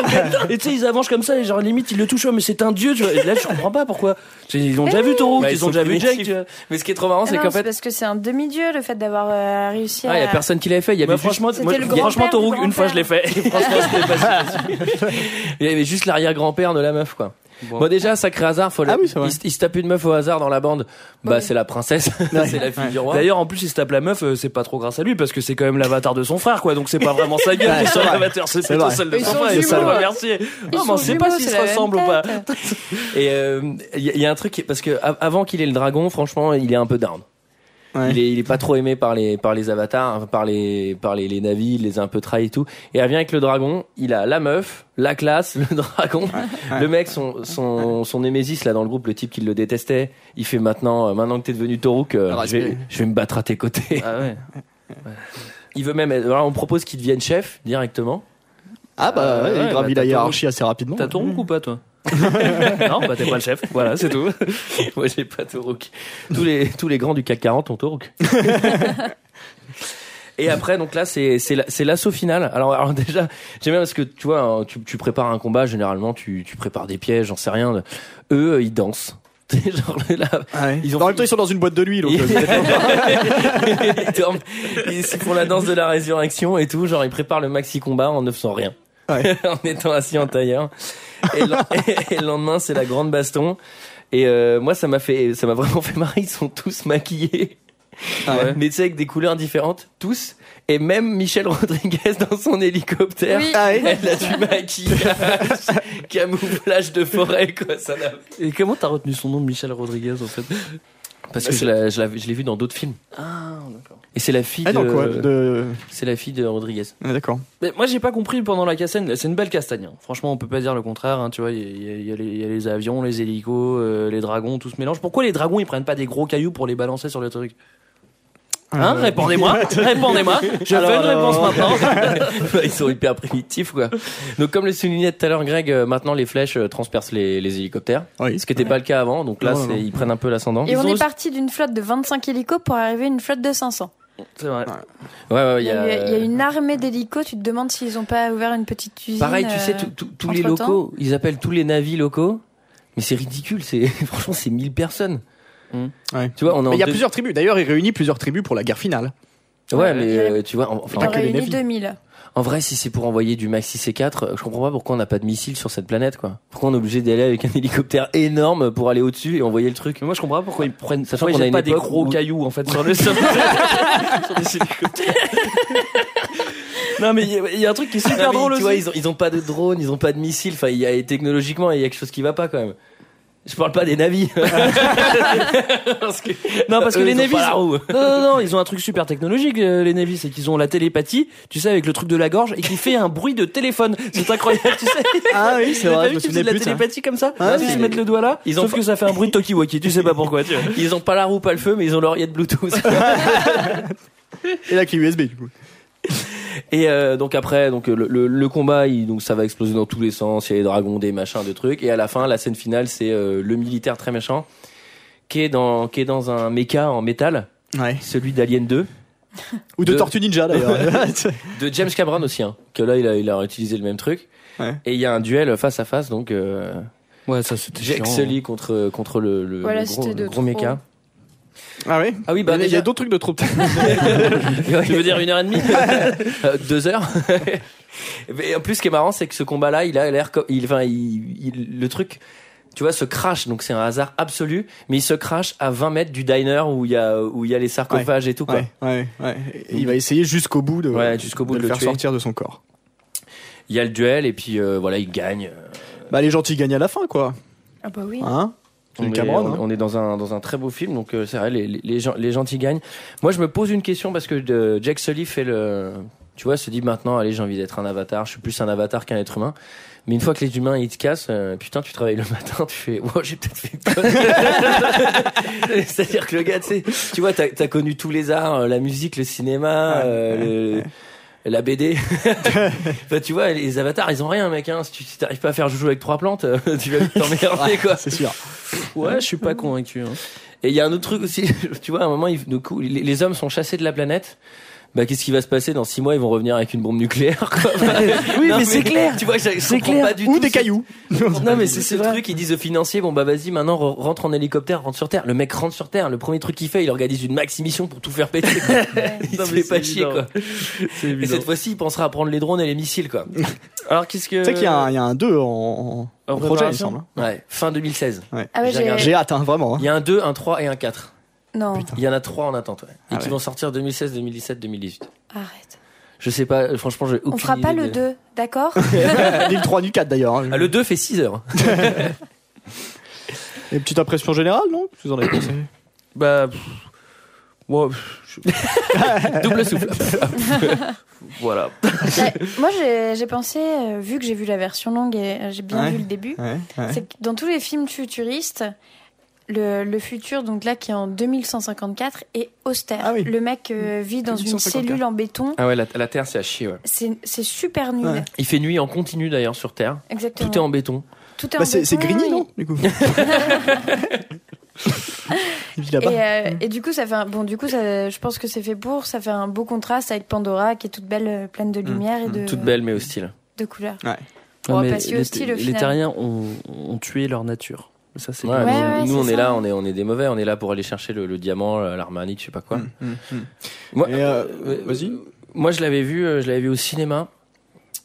[SPEAKER 7] et tu sais ils avancent comme ça et genre limite ils le touchent ouais, mais c'est un dieu tu vois et là je comprends pas pourquoi Tu sais, ils ont déjà vu Taureau
[SPEAKER 1] Bah, ils
[SPEAKER 7] ils
[SPEAKER 1] sont
[SPEAKER 7] ont déjà vu
[SPEAKER 1] primitifs.
[SPEAKER 7] Jake tu vois.
[SPEAKER 1] Mais ce qui est trop marrant,
[SPEAKER 6] Eh Ah
[SPEAKER 1] c'est
[SPEAKER 6] non,
[SPEAKER 1] qu'en
[SPEAKER 6] c'est
[SPEAKER 1] fait,
[SPEAKER 6] parce que c'est un demi-dieu le fait d'avoir euh, réussi
[SPEAKER 1] ah, il y a
[SPEAKER 6] à.
[SPEAKER 1] personne qui l'avait fait. Il y avait
[SPEAKER 7] Bah,
[SPEAKER 1] juste-
[SPEAKER 7] franchement,
[SPEAKER 6] C'était
[SPEAKER 7] moi,
[SPEAKER 6] le
[SPEAKER 7] je-
[SPEAKER 6] grand-père
[SPEAKER 7] franchement,
[SPEAKER 6] du
[SPEAKER 7] Toruk, une
[SPEAKER 6] grand-père.
[SPEAKER 7] fois, je l'ai fait. franchement, c'était pas si facile.
[SPEAKER 1] Il y avait juste l'arrière-grand-père de la meuf, quoi. Bon, déjà, sacré hasard, faut le-
[SPEAKER 5] Ah oui, c'est vrai.
[SPEAKER 1] il, se- il se tape une meuf au hasard dans la bande. Bah,
[SPEAKER 6] Oui.
[SPEAKER 1] c'est la princesse, c'est la fille du roi.
[SPEAKER 7] D'ailleurs, en plus, il se tape la meuf, euh, c'est pas trop grâce à lui, parce que c'est quand même l'avatar de son frère, quoi. Donc, c'est pas vraiment sa gueule
[SPEAKER 5] Ouais,
[SPEAKER 7] qui
[SPEAKER 5] c'est
[SPEAKER 7] sort
[SPEAKER 5] vrai.
[SPEAKER 7] l'avatar, c'est
[SPEAKER 5] C'est
[SPEAKER 7] plutôt
[SPEAKER 5] vrai.
[SPEAKER 7] celle de
[SPEAKER 6] Ils
[SPEAKER 7] son
[SPEAKER 6] sont
[SPEAKER 7] frère. Et ça
[SPEAKER 6] jumeaux.
[SPEAKER 7] le remercier.
[SPEAKER 6] Ils
[SPEAKER 7] Non, mais on
[SPEAKER 6] sont
[SPEAKER 7] sait pas
[SPEAKER 6] jumeaux,
[SPEAKER 7] s'ils
[SPEAKER 6] c'est
[SPEAKER 7] se
[SPEAKER 6] la même
[SPEAKER 7] ressemblent ou pas.
[SPEAKER 6] tête.
[SPEAKER 1] Et euh, il y, a- il y a un truc qui- parce que a- avant qu'il ait le dragon, franchement, il est un peu down.
[SPEAKER 5] Ouais.
[SPEAKER 1] Il, est, il est pas trop aimé par les par les avatars, hein, par les par les, les navis, il les a un peu trahis et tout. Et il revient avec le dragon. Il a la meuf, la classe, le dragon, le mec, son son son némésis là dans le groupe, le type qui le détestait. Il fait maintenant, euh, maintenant que t'es devenu Toruk, euh,
[SPEAKER 5] Alors,
[SPEAKER 1] je vais
[SPEAKER 5] Ah, respect.
[SPEAKER 1] je vais me battre à tes côtés.
[SPEAKER 7] Ah ouais.
[SPEAKER 1] Il veut même, alors, on propose qu'il devienne chef directement.
[SPEAKER 5] Ah bah, ouais,
[SPEAKER 7] Ouais,
[SPEAKER 5] il
[SPEAKER 7] bah,
[SPEAKER 5] gravit
[SPEAKER 7] t'as
[SPEAKER 5] la
[SPEAKER 7] ton-
[SPEAKER 5] hiérarchie assez rapidement.
[SPEAKER 7] T'as Toruk ou pas, toi? non, bah, t'es pas le chef. Voilà, c'est tout.
[SPEAKER 1] Moi j'ai pas Toruk. Tous les tous les grands du CAC 40 ont Toruk. Et après, donc là, c'est c'est la- c'est l'assaut final. Alors, alors déjà, j'aime bien parce que tu vois, hein, tu, tu prépares un combat, généralement, tu, tu prépares des pièges, j'en sais rien. Eux, euh, ils dansent. C'est genre là, Ils
[SPEAKER 5] Ils
[SPEAKER 1] ont-
[SPEAKER 5] En même temps, ils sont dans une boîte de nuit. donc,
[SPEAKER 1] ils,
[SPEAKER 5] euh,
[SPEAKER 1] ils dorment. Ils- ils font la danse de la résurrection et tout. Genre, ils préparent le maxi combat en ne faisant rien.
[SPEAKER 5] Ouais.
[SPEAKER 1] en étant assis en tailleur. Et le, et le lendemain, c'est la grande baston. Et euh, moi, ça m'a fait, ça m'a vraiment fait marrer. Ils sont tous maquillés.
[SPEAKER 5] Ah ouais.
[SPEAKER 1] Mais tu sais, avec des couleurs différentes, tous. Et même Michel Rodriguez dans son hélicoptère.
[SPEAKER 6] Oui.
[SPEAKER 5] Ah ouais.
[SPEAKER 1] Elle a du maquillage, camouflage de forêt, quoi, ça n'a-
[SPEAKER 7] Et comment t'as retenu son nom, Michel Rodriguez, en fait?
[SPEAKER 1] Parce que je l'ai- je l'avais- je l'ai vu dans d'autres films.
[SPEAKER 7] Ah, d'accord.
[SPEAKER 1] Et c'est la fille
[SPEAKER 5] Ah,
[SPEAKER 1] de,
[SPEAKER 5] non, quoi,
[SPEAKER 7] euh,
[SPEAKER 5] de...
[SPEAKER 1] c'est la fille de Rodriguez.
[SPEAKER 5] Ah, D'accord.
[SPEAKER 7] Mais moi j'ai pas compris pendant la castagne, c'est une belle castagne. hein. Franchement on peut pas dire le contraire, hein, tu vois, il y a- il y, a- il y a les- il y a les avions, les hélicos, euh, les dragons, tout se mélange. Pourquoi les dragons ils prennent pas des gros cailloux pour les balancer sur le truc Hein
[SPEAKER 5] Euh,
[SPEAKER 7] Répondez-moi, répondez-moi, je
[SPEAKER 5] Alors,
[SPEAKER 7] veux une
[SPEAKER 5] alors,
[SPEAKER 7] réponse maintenant.
[SPEAKER 1] Bah, ils sont hyper primitifs quoi. Donc comme le soulignait tout à l'heure Greg, euh, maintenant les flèches euh, transpercent les, les hélicoptères,
[SPEAKER 5] Oui.
[SPEAKER 1] ce qui n'était pas le cas avant. Donc là,
[SPEAKER 5] Non, non,
[SPEAKER 1] c'est-
[SPEAKER 5] non.
[SPEAKER 1] ils prennent un peu l'ascendant.
[SPEAKER 6] Et
[SPEAKER 1] Ouais,
[SPEAKER 6] on
[SPEAKER 7] ont
[SPEAKER 6] est
[SPEAKER 7] aussi-
[SPEAKER 6] parti d'une flotte de 25 hélicos pour arriver à une flotte de 500.
[SPEAKER 7] C'est vrai.
[SPEAKER 1] ouais, il
[SPEAKER 6] Il y, a, eu- il y a une armée d'hélicos, tu te demandes s'ils n'ont pas ouvert une petite usine.
[SPEAKER 1] Pareil, tu
[SPEAKER 6] euh,
[SPEAKER 1] sais, tous- tous- tous les
[SPEAKER 6] entre-temps.
[SPEAKER 1] locaux, ils appellent tous les navis locaux, mais c'est ridicule. C'est franchement, c'est 1000 personnes.
[SPEAKER 7] Mm.
[SPEAKER 5] Ouais.
[SPEAKER 1] Tu vois, on est en
[SPEAKER 5] Mmh. Mais il y a
[SPEAKER 1] deux-
[SPEAKER 5] plusieurs tribus. D'ailleurs, il réunit plusieurs tribus pour la guerre finale.
[SPEAKER 1] Ouais, mais
[SPEAKER 6] y a-
[SPEAKER 1] euh, tu vois, en- enfin,
[SPEAKER 6] Ils en
[SPEAKER 5] que les
[SPEAKER 6] réunis
[SPEAKER 5] navis.
[SPEAKER 6] 2000.
[SPEAKER 1] en vrai, si c'est pour envoyer du maxi C4, euh, je comprends pas pourquoi on n'a pas de missiles sur cette planète, quoi. Pourquoi on est obligé d'aller avec un hélicoptère énorme pour aller au-dessus et envoyer le truc.
[SPEAKER 7] Mais moi je comprends pas pourquoi ils prennent,
[SPEAKER 1] Sachant
[SPEAKER 7] pourquoi ils
[SPEAKER 1] qu'on a
[SPEAKER 7] jettent
[SPEAKER 1] une
[SPEAKER 7] pas des
[SPEAKER 1] époque
[SPEAKER 7] gros
[SPEAKER 1] où-
[SPEAKER 7] cailloux en fait sur le sol. Sur des hélicoptères. non mais il y a- il y, a un truc qui est
[SPEAKER 1] Non,
[SPEAKER 7] super
[SPEAKER 1] mais
[SPEAKER 7] drôle
[SPEAKER 1] tu vois,
[SPEAKER 7] aussi.
[SPEAKER 1] ils ont, ils ont pas de drone, ils ont pas de missiles. Enfin, il y a, technologiquement, il y a quelque chose qui va pas quand même. Je parle pas des navis. Parce que-
[SPEAKER 7] Non parce que
[SPEAKER 1] Eux,
[SPEAKER 7] les
[SPEAKER 1] ils ont
[SPEAKER 7] navis
[SPEAKER 1] pas la roue.
[SPEAKER 7] Non, non, non, ils ont un truc super technologique, euh, les Navy, c'est qu'ils ont la télépathie, tu sais, avec le truc de la gorge, et qui fait un bruit de téléphone. C'est incroyable, tu sais.
[SPEAKER 5] Ah oui, c'est
[SPEAKER 7] T'as
[SPEAKER 5] vrai,
[SPEAKER 7] vu
[SPEAKER 5] je me souvenais
[SPEAKER 7] qu'ils faisaient
[SPEAKER 5] plus
[SPEAKER 7] de la
[SPEAKER 5] de ça.
[SPEAKER 7] télépathie comme ça
[SPEAKER 5] Ah,
[SPEAKER 7] Ils
[SPEAKER 5] oui.
[SPEAKER 7] se mettent le doigt là,
[SPEAKER 1] Ils ont
[SPEAKER 7] sauf
[SPEAKER 1] pas-
[SPEAKER 7] que ça fait un bruit de talkie-walkie, tu sais pas pourquoi, tu vois.
[SPEAKER 1] Ils ont pas la roue, pas le feu, mais ils ont l'oreillette Bluetooth.
[SPEAKER 5] Et la clé USB, du coup.
[SPEAKER 1] Et euh, donc après, donc le, le- le combat, il, donc ça va exploser dans tous les sens. Il y a les dragons, des machins, des trucs. Et à la fin, la scène finale, c'est euh, le militaire très méchant qui est dans qui est dans un mecha en métal,
[SPEAKER 5] Ouais.
[SPEAKER 1] celui d'Alien 2,
[SPEAKER 5] Ou de,
[SPEAKER 1] De-
[SPEAKER 5] Tortue Ninja, d'ailleurs.
[SPEAKER 1] de James Cameron aussi. Hein, que là, il a il a utilisé le même truc.
[SPEAKER 5] Ouais.
[SPEAKER 1] Et il y a un duel face à face, donc. euh,
[SPEAKER 7] Ouais, ça c'était hein.
[SPEAKER 1] Jack Sully contre contre le, le,
[SPEAKER 6] Voilà,
[SPEAKER 1] le gros,
[SPEAKER 6] c'était de
[SPEAKER 1] le gros
[SPEAKER 6] trop.
[SPEAKER 1] méca.
[SPEAKER 5] ah oui
[SPEAKER 1] Ah oui, bah
[SPEAKER 5] Il y a- il y
[SPEAKER 1] déjà,
[SPEAKER 5] a d'autres trucs de trop petits.
[SPEAKER 1] tu veux dire une heure et demie, Euh, deux heures. Mais en plus, ce qui est marrant, c'est que ce combat-là, il a l'air, comme- il, enfin, il, il- le truc. Tu vois, se crash, donc c'est un hasard absolu, mais il se crash à 20 mètres du diner où il y a, où il y a les sarcophages et tout, quoi.
[SPEAKER 5] Ouais, ouais, ouais. Et Il va essayer jusqu'au bout de,
[SPEAKER 1] Ouais, jusqu'au bout de
[SPEAKER 5] le
[SPEAKER 1] le
[SPEAKER 5] faire
[SPEAKER 1] tuer.
[SPEAKER 5] sortir de son corps.
[SPEAKER 1] il y a le duel et puis euh, voilà, il gagne.
[SPEAKER 5] Bah, les gentils gagnent à la fin, quoi.
[SPEAKER 6] Ah bah oui.
[SPEAKER 5] Hein C'est
[SPEAKER 1] On
[SPEAKER 5] le
[SPEAKER 1] est,
[SPEAKER 5] Cameroun,
[SPEAKER 1] on-
[SPEAKER 5] hein.
[SPEAKER 1] on est dans un dans un très beau film, donc euh, c'est vrai, les, les, les gens- les gentils gagnent. Moi, je me pose une question parce que euh, Jack Sully fait le, tu vois, se dit maintenant, allez, j'ai envie d'être un avatar, je suis plus un avatar qu'un être humain. Mais une fois que les humains ils te cassent, euh, putain, tu travailles le matin, tu fais, wow, j'ai peut-être fait. une connerie. C'est-à-dire que le gars, tu sais, tu vois, t'as as connu tous les arts, euh, la musique, le cinéma, euh, le- la BD. Enfin, tu vois, les avatars, ils ont rien, mec. Hein. Si tu si t'arrives pas à faire joujou avec trois plantes, euh, tu vas vite t'emmerder, quoi.
[SPEAKER 5] C'est sûr.
[SPEAKER 1] Ouais, je suis pas convaincu. hein. Et il y a un autre truc aussi, tu vois, à un moment, ils- du coup, les, les hommes sont chassés de la planète. Bah, qu'est-ce qui va se passer dans six mois Ils vont revenir avec une bombe nucléaire. Quoi. oui,
[SPEAKER 5] mais c'est clair.
[SPEAKER 1] Tu vois, je, je
[SPEAKER 5] C'est
[SPEAKER 1] comprends
[SPEAKER 5] clair.
[SPEAKER 1] pas du
[SPEAKER 5] Ou
[SPEAKER 1] tout Euh,
[SPEAKER 5] des
[SPEAKER 1] ce-
[SPEAKER 5] cailloux.
[SPEAKER 1] Non, mais c'est ce truc. Ils disent aux financiers, bon bah vas-y, maintenant re- rentre en hélicoptère, rentre sur Terre. Le mec rentre sur Terre. Le premier truc qu'il fait, il organise une maxi mission pour tout faire péter. quoi. il
[SPEAKER 7] Non,
[SPEAKER 1] se
[SPEAKER 7] mais
[SPEAKER 1] fait pas
[SPEAKER 7] c'est
[SPEAKER 1] chier
[SPEAKER 7] évident.
[SPEAKER 1] quoi.
[SPEAKER 7] C'est
[SPEAKER 1] Et
[SPEAKER 7] évident.
[SPEAKER 1] cette fois-ci, il pensera à prendre les drones et les missiles quoi.
[SPEAKER 7] Alors qu'est-ce que.
[SPEAKER 5] Tu sais qu'il y, a un- il y a un 2 en, en-
[SPEAKER 7] En
[SPEAKER 5] en projet, il me
[SPEAKER 7] préparation
[SPEAKER 5] semble. hein.
[SPEAKER 1] Ouais, fin 2016.
[SPEAKER 6] Ah ouais,
[SPEAKER 1] J'ai regardé.
[SPEAKER 6] j'ai.
[SPEAKER 5] J'ai hâte, hein, vraiment. hein.
[SPEAKER 1] Il y a un 2, un 3 et un 4.
[SPEAKER 6] Non,
[SPEAKER 1] Il y en a 3 en attente. ouais. Et
[SPEAKER 5] Ah
[SPEAKER 1] qui
[SPEAKER 5] ouais.
[SPEAKER 1] vont sortir 2016, 2017, 2018.
[SPEAKER 6] arrête.
[SPEAKER 1] Je sais pas, euh, franchement, j'ai aucune
[SPEAKER 6] On fera pas
[SPEAKER 1] idée
[SPEAKER 6] le
[SPEAKER 1] de-
[SPEAKER 6] 2, d'accord
[SPEAKER 5] Ni le 3 ni le 4 d'ailleurs. hein.
[SPEAKER 1] Ah, le 2 fait 6 heures.
[SPEAKER 5] Et petite impression générale, non Vous en avez pensé
[SPEAKER 7] Bah. pff, moi, pff,
[SPEAKER 1] Double souffle.
[SPEAKER 7] voilà.
[SPEAKER 6] Ouais, Bah, Moi, j'ai j'ai pensé, euh, vu que j'ai vu la version longue et euh, j'ai bien
[SPEAKER 5] Ouais.
[SPEAKER 6] vu le début,
[SPEAKER 5] Ouais, ouais.
[SPEAKER 6] c'est que dans tous les films futuristes, le, le futur, donc là, qui est en 2154, est austère.
[SPEAKER 5] Ah oui.
[SPEAKER 6] Le mec euh, vit dans une
[SPEAKER 5] 2154.
[SPEAKER 6] cellule en béton.
[SPEAKER 1] Ah ouais, la, la Terre, c'est à chier, ouais.
[SPEAKER 6] C'est c'est super nul.
[SPEAKER 5] Ouais.
[SPEAKER 1] Il fait nuit en continu d'ailleurs sur Terre.
[SPEAKER 6] Exactement.
[SPEAKER 1] Tout est en béton.
[SPEAKER 6] Tout est en
[SPEAKER 5] Bah, c'est c'est
[SPEAKER 6] béton,
[SPEAKER 5] Grigny,
[SPEAKER 6] et-
[SPEAKER 5] non Du coup. Il vit là-bas. Mm.
[SPEAKER 6] Et, euh, et du coup, ça fait un, bon, du coup, ça, je pense que c'est fait pour. Ça fait un beau contraste avec Pandora, qui est toute belle, euh, pleine
[SPEAKER 5] Mm.
[SPEAKER 6] de lumière et de,
[SPEAKER 1] Mm. Toute belle, mais hostile.
[SPEAKER 6] de couleurs.
[SPEAKER 5] Ouais.
[SPEAKER 6] Bon,
[SPEAKER 1] Ah,
[SPEAKER 7] Non, mais
[SPEAKER 6] parce que
[SPEAKER 7] les,
[SPEAKER 6] hostile, au
[SPEAKER 7] les
[SPEAKER 6] final.
[SPEAKER 7] terriens ont, ont tué leur nature. Ça, c'est
[SPEAKER 1] Ouais,
[SPEAKER 7] bien.
[SPEAKER 1] nous,
[SPEAKER 6] ouais, ouais,
[SPEAKER 1] nous, on
[SPEAKER 6] c'est
[SPEAKER 1] est
[SPEAKER 6] ça.
[SPEAKER 1] là, on est, on est des mauvais, on est là pour aller chercher le, le diamant, l'harmonique, je sais pas quoi. Moi,
[SPEAKER 5] Et, euh,
[SPEAKER 1] euh,
[SPEAKER 5] Vas-y.
[SPEAKER 1] Moi, je l'avais vu, euh, je l'avais vu au cinéma.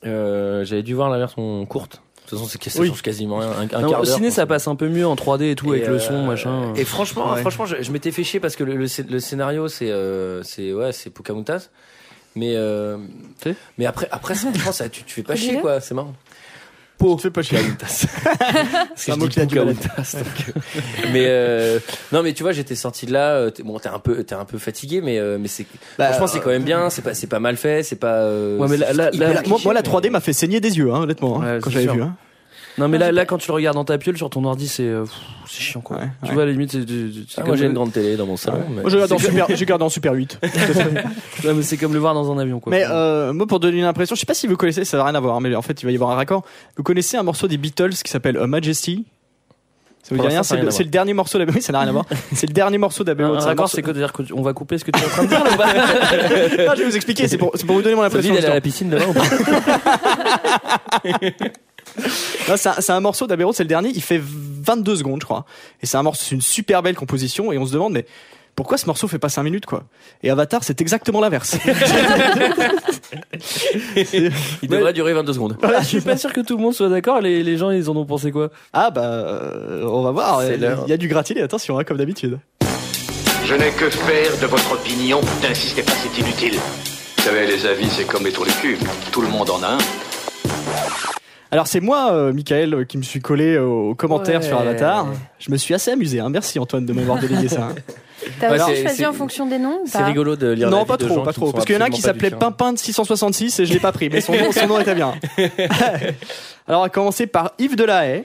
[SPEAKER 1] Euh, J'avais dû voir la version courte. De toute façon, c'est ça
[SPEAKER 7] Oui.
[SPEAKER 1] change quasiment rien. Un, un
[SPEAKER 7] Non,
[SPEAKER 1] quart
[SPEAKER 7] au
[SPEAKER 1] d'heure,
[SPEAKER 7] ciné,
[SPEAKER 1] quoi.
[SPEAKER 7] ça passe un peu mieux en 3D et tout,
[SPEAKER 1] Et,
[SPEAKER 7] avec le
[SPEAKER 1] euh,
[SPEAKER 7] son, machin.
[SPEAKER 1] Et franchement,
[SPEAKER 5] Ouais.
[SPEAKER 1] franchement, je, je m'étais fait chier parce que le, le sc- le scénario, c'est, euh, c'est ouais, c'est Pocahontas. Mais euh,
[SPEAKER 7] Tu sais.
[SPEAKER 1] mais après, après, ça, franchement, ça, tu, tu fais pas
[SPEAKER 6] Dis-le.
[SPEAKER 1] chier, quoi. C'est marrant.
[SPEAKER 5] Po. Tu fais pas chier.
[SPEAKER 1] C'est
[SPEAKER 5] un mot qui a du mal.
[SPEAKER 1] mais euh, non, mais tu vois, j'étais sorti de là. euh, t'es- bon, t'es un peu, t'es un peu fatigué, mais euh, mais c'est,
[SPEAKER 5] Bah,
[SPEAKER 1] franchement, c'est quand même bien. C'est pas, c'est pas mal fait. C'est pas. euh,
[SPEAKER 7] Ouais, mais là-
[SPEAKER 1] c'est-
[SPEAKER 7] là-
[SPEAKER 1] c'est
[SPEAKER 7] là-
[SPEAKER 1] hyper
[SPEAKER 5] Moi, moi, la
[SPEAKER 1] cliché,
[SPEAKER 5] 3D m'a fait saigner des yeux, hein, honnêtement, hein,
[SPEAKER 7] Ouais,
[SPEAKER 5] quand
[SPEAKER 7] c'est
[SPEAKER 5] j'avais
[SPEAKER 7] sûr.
[SPEAKER 5] vu. hein.
[SPEAKER 7] Non, mais
[SPEAKER 6] Non,
[SPEAKER 7] là,
[SPEAKER 6] j'ai
[SPEAKER 7] là,
[SPEAKER 6] pas-
[SPEAKER 7] quand tu le regardes dans ta piole sur ton ordi, c'est euh, pff, c'est chiant quoi.
[SPEAKER 5] Ouais,
[SPEAKER 7] tu
[SPEAKER 5] ouais.
[SPEAKER 7] vois, à la limite, c'est c'est- c'est
[SPEAKER 1] mais- Ah,
[SPEAKER 7] comme,
[SPEAKER 1] moi, j'ai une
[SPEAKER 7] le-
[SPEAKER 1] grande télé dans mon salon. mais-
[SPEAKER 5] Moi, je regarde en super, je regarde en super 8.
[SPEAKER 7] Ouais, mais c'est comme le voir dans un avion quoi.
[SPEAKER 5] Mais euh, moi, pour donner une impression, je sais pas si vous connaissez, ça n'a rien à voir, hein, mais en fait, il va y avoir un raccord. Vous connaissez un morceau des Beatles qui s'appelle A Majesty Ça vous
[SPEAKER 1] Pour
[SPEAKER 5] dit rien
[SPEAKER 1] l'instant, ça
[SPEAKER 5] C'est
[SPEAKER 1] n'a rien
[SPEAKER 5] le,
[SPEAKER 1] à
[SPEAKER 5] c'est le dernier morceau d'Abbey Road, ça n'a rien à voir. C'est le dernier morceau d'Abbey
[SPEAKER 7] un
[SPEAKER 5] Road.
[SPEAKER 7] raccord,
[SPEAKER 5] c'est
[SPEAKER 7] c'est
[SPEAKER 5] un
[SPEAKER 7] quoi C'est-à-dire qu'on va couper ce que tu es en train de dire là, ou pas
[SPEAKER 5] morceau- Non, je vais vous expliquer, c'est pour, c'est pour vous donner mon
[SPEAKER 1] David,
[SPEAKER 5] impression.
[SPEAKER 1] elle est à
[SPEAKER 5] justement.
[SPEAKER 1] la piscine demain ou pas
[SPEAKER 5] Non, C'est un, c'est un morceau d'Abbey Road, c'est le dernier, il fait 22 secondes, je crois. Et c'est un morceau, c'est une super belle composition, et on se demande, mais pourquoi ce morceau fait pas 5 minutes, quoi Et Avatar, c'est exactement l'inverse.
[SPEAKER 1] Il devrait durer 22 secondes.
[SPEAKER 7] Je suis pas sûr que tout le monde soit d'accord. Les, les gens, ils en ont pensé quoi
[SPEAKER 5] Ah bah, euh, on va voir.
[SPEAKER 1] C'est
[SPEAKER 5] Il y a-
[SPEAKER 1] l'heure.
[SPEAKER 5] il y a du gratiné, attention, hein, comme d'habitude.
[SPEAKER 2] Je n'ai que faire de votre opinion. N'insistez pas, c'est inutile.
[SPEAKER 4] Vous savez, les avis, c'est comme les trous du cul. Tout le monde en a un.
[SPEAKER 5] Alors c'est moi, euh, Michael, euh, qui me suis collé aux commentaires
[SPEAKER 1] Ouais.
[SPEAKER 5] sur Avatar. Je me suis assez amusé. hein. Merci Antoine de m'avoir délégué ça. hein.
[SPEAKER 6] T'as
[SPEAKER 1] Ouais,
[SPEAKER 6] aussi
[SPEAKER 1] c'est-
[SPEAKER 6] choisi
[SPEAKER 1] c'est-
[SPEAKER 6] en fonction des noms ou
[SPEAKER 1] C'est
[SPEAKER 6] pas
[SPEAKER 1] rigolo de lire.
[SPEAKER 5] non,
[SPEAKER 1] l'avis
[SPEAKER 5] pas
[SPEAKER 1] de
[SPEAKER 5] trop,
[SPEAKER 1] gens
[SPEAKER 5] pas
[SPEAKER 1] qui
[SPEAKER 5] trop.
[SPEAKER 1] sont
[SPEAKER 5] Parce qu'il y en a un qui
[SPEAKER 1] absolument pas
[SPEAKER 5] s'appelait
[SPEAKER 1] du
[SPEAKER 5] Pimpin de 666 et je l'ai pas pris, mais son nom, son nom était bien. Alors on va commencer par Yves Delahaye,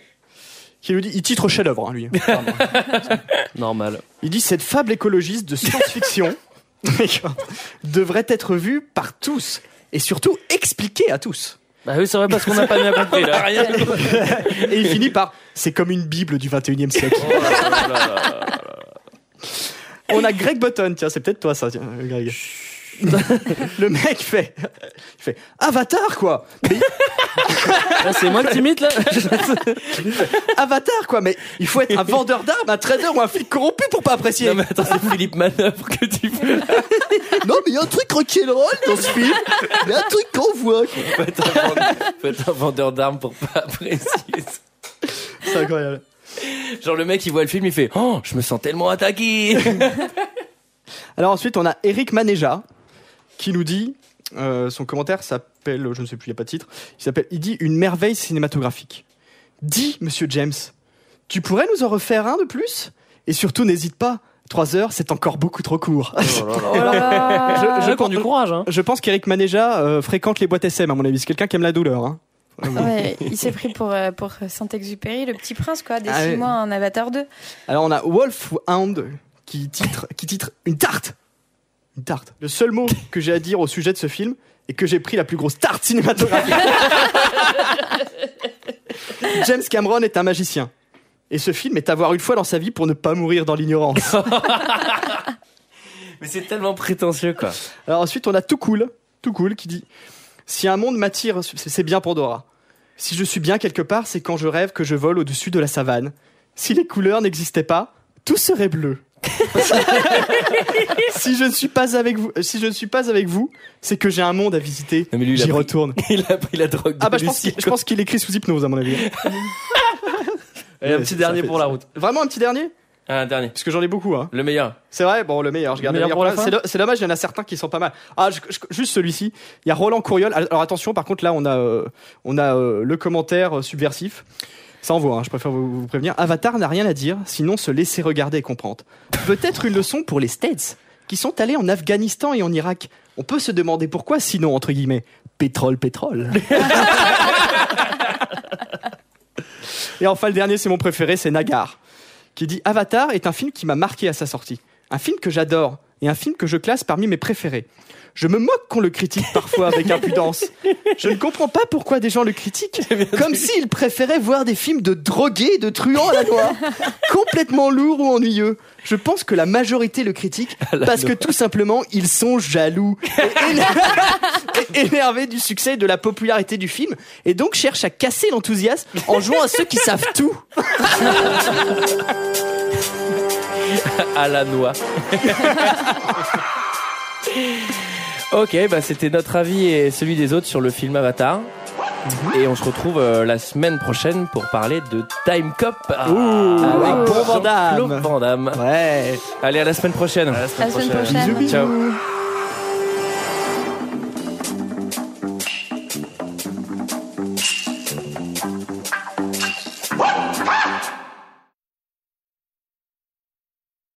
[SPEAKER 5] qui nous dit, il titre chef-d'œuvre, hein, lui. Pardon.
[SPEAKER 1] hein.
[SPEAKER 7] Normal.
[SPEAKER 5] Il dit cette fable écologiste de science-fiction devrait être vue par tous et surtout expliquée à tous.
[SPEAKER 7] Bah oui, c'est vrai parce qu'on n'a pas bien compris là.
[SPEAKER 5] Et il finit par c'est comme une bible du 21e siècle. On a Greg Button, tiens, c'est peut-être toi ça, tiens, euh, Greg. Le mec fait, il fait Avatar quoi,
[SPEAKER 7] Là, c'est moi qui t'imite là.
[SPEAKER 5] Avatar quoi, mais il faut être un vendeur d'armes, un trader ou un flic corrompu pour pas apprécier.
[SPEAKER 1] Non mais attends, c'est Philippe Manœuvre que tu fais.
[SPEAKER 5] Non, mais il y a un truc rock'n'roll dans ce film, il y a un truc qu'on voit. quoi.
[SPEAKER 1] Faut être un vendeur- faut être un vendeur d'armes pour pas apprécier. ça.
[SPEAKER 5] C'est incroyable.
[SPEAKER 1] Genre le mec il voit le film, il fait "Oh, je me sens tellement attaqué."
[SPEAKER 5] Alors ensuite, on a Eric Manéja qui nous dit euh, son commentaire s'appelle, je ne sais plus, il n'y a pas de titre, il s'appelle, il dit une merveille cinématographique. Dis, monsieur James, tu pourrais nous en refaire un de plus Et surtout, n'hésite pas, 3 heures, c'est encore beaucoup trop court.
[SPEAKER 6] Oh Bah,
[SPEAKER 7] Je, je prends du courage. Hein.
[SPEAKER 5] je pense qu'Eric Manéja euh, fréquente les boîtes SM, à mon avis. C'est quelqu'un qui aime la douleur. hein.
[SPEAKER 6] Ouais, il s'est pris pour, euh, pour Saint-Exupéry, le petit prince, quoi.
[SPEAKER 5] Ah ouais.
[SPEAKER 6] Dessine-moi un Avatar 2.
[SPEAKER 5] Alors on a Wolfhound qui titre, qui titre une tarte. Une tarte. Le seul mot que j'ai à dire au sujet de ce film est que j'ai pris la plus grosse tarte cinématographique. James Cameron est un magicien. Et ce film est à voir une fois dans sa vie pour ne pas mourir dans l'ignorance.
[SPEAKER 1] Mais c'est tellement prétentieux, quoi.
[SPEAKER 5] Alors ensuite, on a Tout Cool, Tout Cool qui dit Si un monde m'attire, c'est c'est bien Pandora. Si je suis bien quelque part, c'est quand je rêve que je vole au-dessus de la savane. Si les couleurs n'existaient pas, tout serait bleu. si je ne suis pas avec vous, si je ne suis pas avec vous, c'est que j'ai un monde à visiter.
[SPEAKER 1] Non, mais lui, il a
[SPEAKER 5] J'y
[SPEAKER 1] pris-
[SPEAKER 5] retourne.
[SPEAKER 1] Il a pris la drogue de
[SPEAKER 5] Ah bah je pense
[SPEAKER 1] Lucie,
[SPEAKER 5] qu'il- je
[SPEAKER 1] quoi.
[SPEAKER 5] pense qu'il écrit sous hypnose à mon avis.
[SPEAKER 1] Et un
[SPEAKER 5] Ouais,
[SPEAKER 1] petit
[SPEAKER 5] ça
[SPEAKER 1] dernier
[SPEAKER 5] fait-
[SPEAKER 1] pour la route.
[SPEAKER 5] Vraiment un petit dernier
[SPEAKER 1] Un dernier.
[SPEAKER 5] Parce que j'en ai beaucoup. Hein.
[SPEAKER 1] Le meilleur.
[SPEAKER 5] C'est vrai, bon, le meilleur, je garde
[SPEAKER 7] Le
[SPEAKER 5] le meilleur
[SPEAKER 7] meilleur pour la
[SPEAKER 5] pour la- C'est,
[SPEAKER 7] fin
[SPEAKER 5] do- c'est dommage, il y en a certains qui sont pas mal. Ah, je- je- juste celui-ci. Il y a Roland Couriol. Alors attention, par contre, là, on a, euh, on a euh, le commentaire euh, subversif. Ça envoie, hein, je préfère vous, vous prévenir. Avatar n'a rien à dire, sinon se laisser regarder et comprendre. Peut-être une leçon pour les States, qui sont allés en Afghanistan et en Irak. On peut se demander pourquoi, sinon, entre guillemets, pétrole, pétrole. et enfin, le dernier, c'est mon préféré, c'est Nagar, qui dit Avatar est un film qui m'a marqué à sa sortie un film que j'adore et un film que je classe parmi mes préférés. Je me moque qu'on le critique parfois avec impudence. Je ne comprends pas pourquoi des gens le critiquent, comme s'ils préféraient voir des films de drogués et de truands à la noix, complètement lourds ou ennuyeux. Je pense que la majorité le critique parce que tout simplement ils sont jaloux et éner- et énervés du succès et de la popularité du film et donc cherchent à casser l'enthousiasme en jouant à ceux qui savent tout.
[SPEAKER 1] à la noix. ok, bah c'était notre avis et celui des autres sur le film Avatar. Et on se retrouve euh, la semaine prochaine pour parler de Time Cop avec
[SPEAKER 5] Jean-Claude
[SPEAKER 1] Van Damme.
[SPEAKER 5] Ouais.
[SPEAKER 1] Allez, à la semaine prochaine.
[SPEAKER 6] La semaine prochaine.
[SPEAKER 1] Ciao.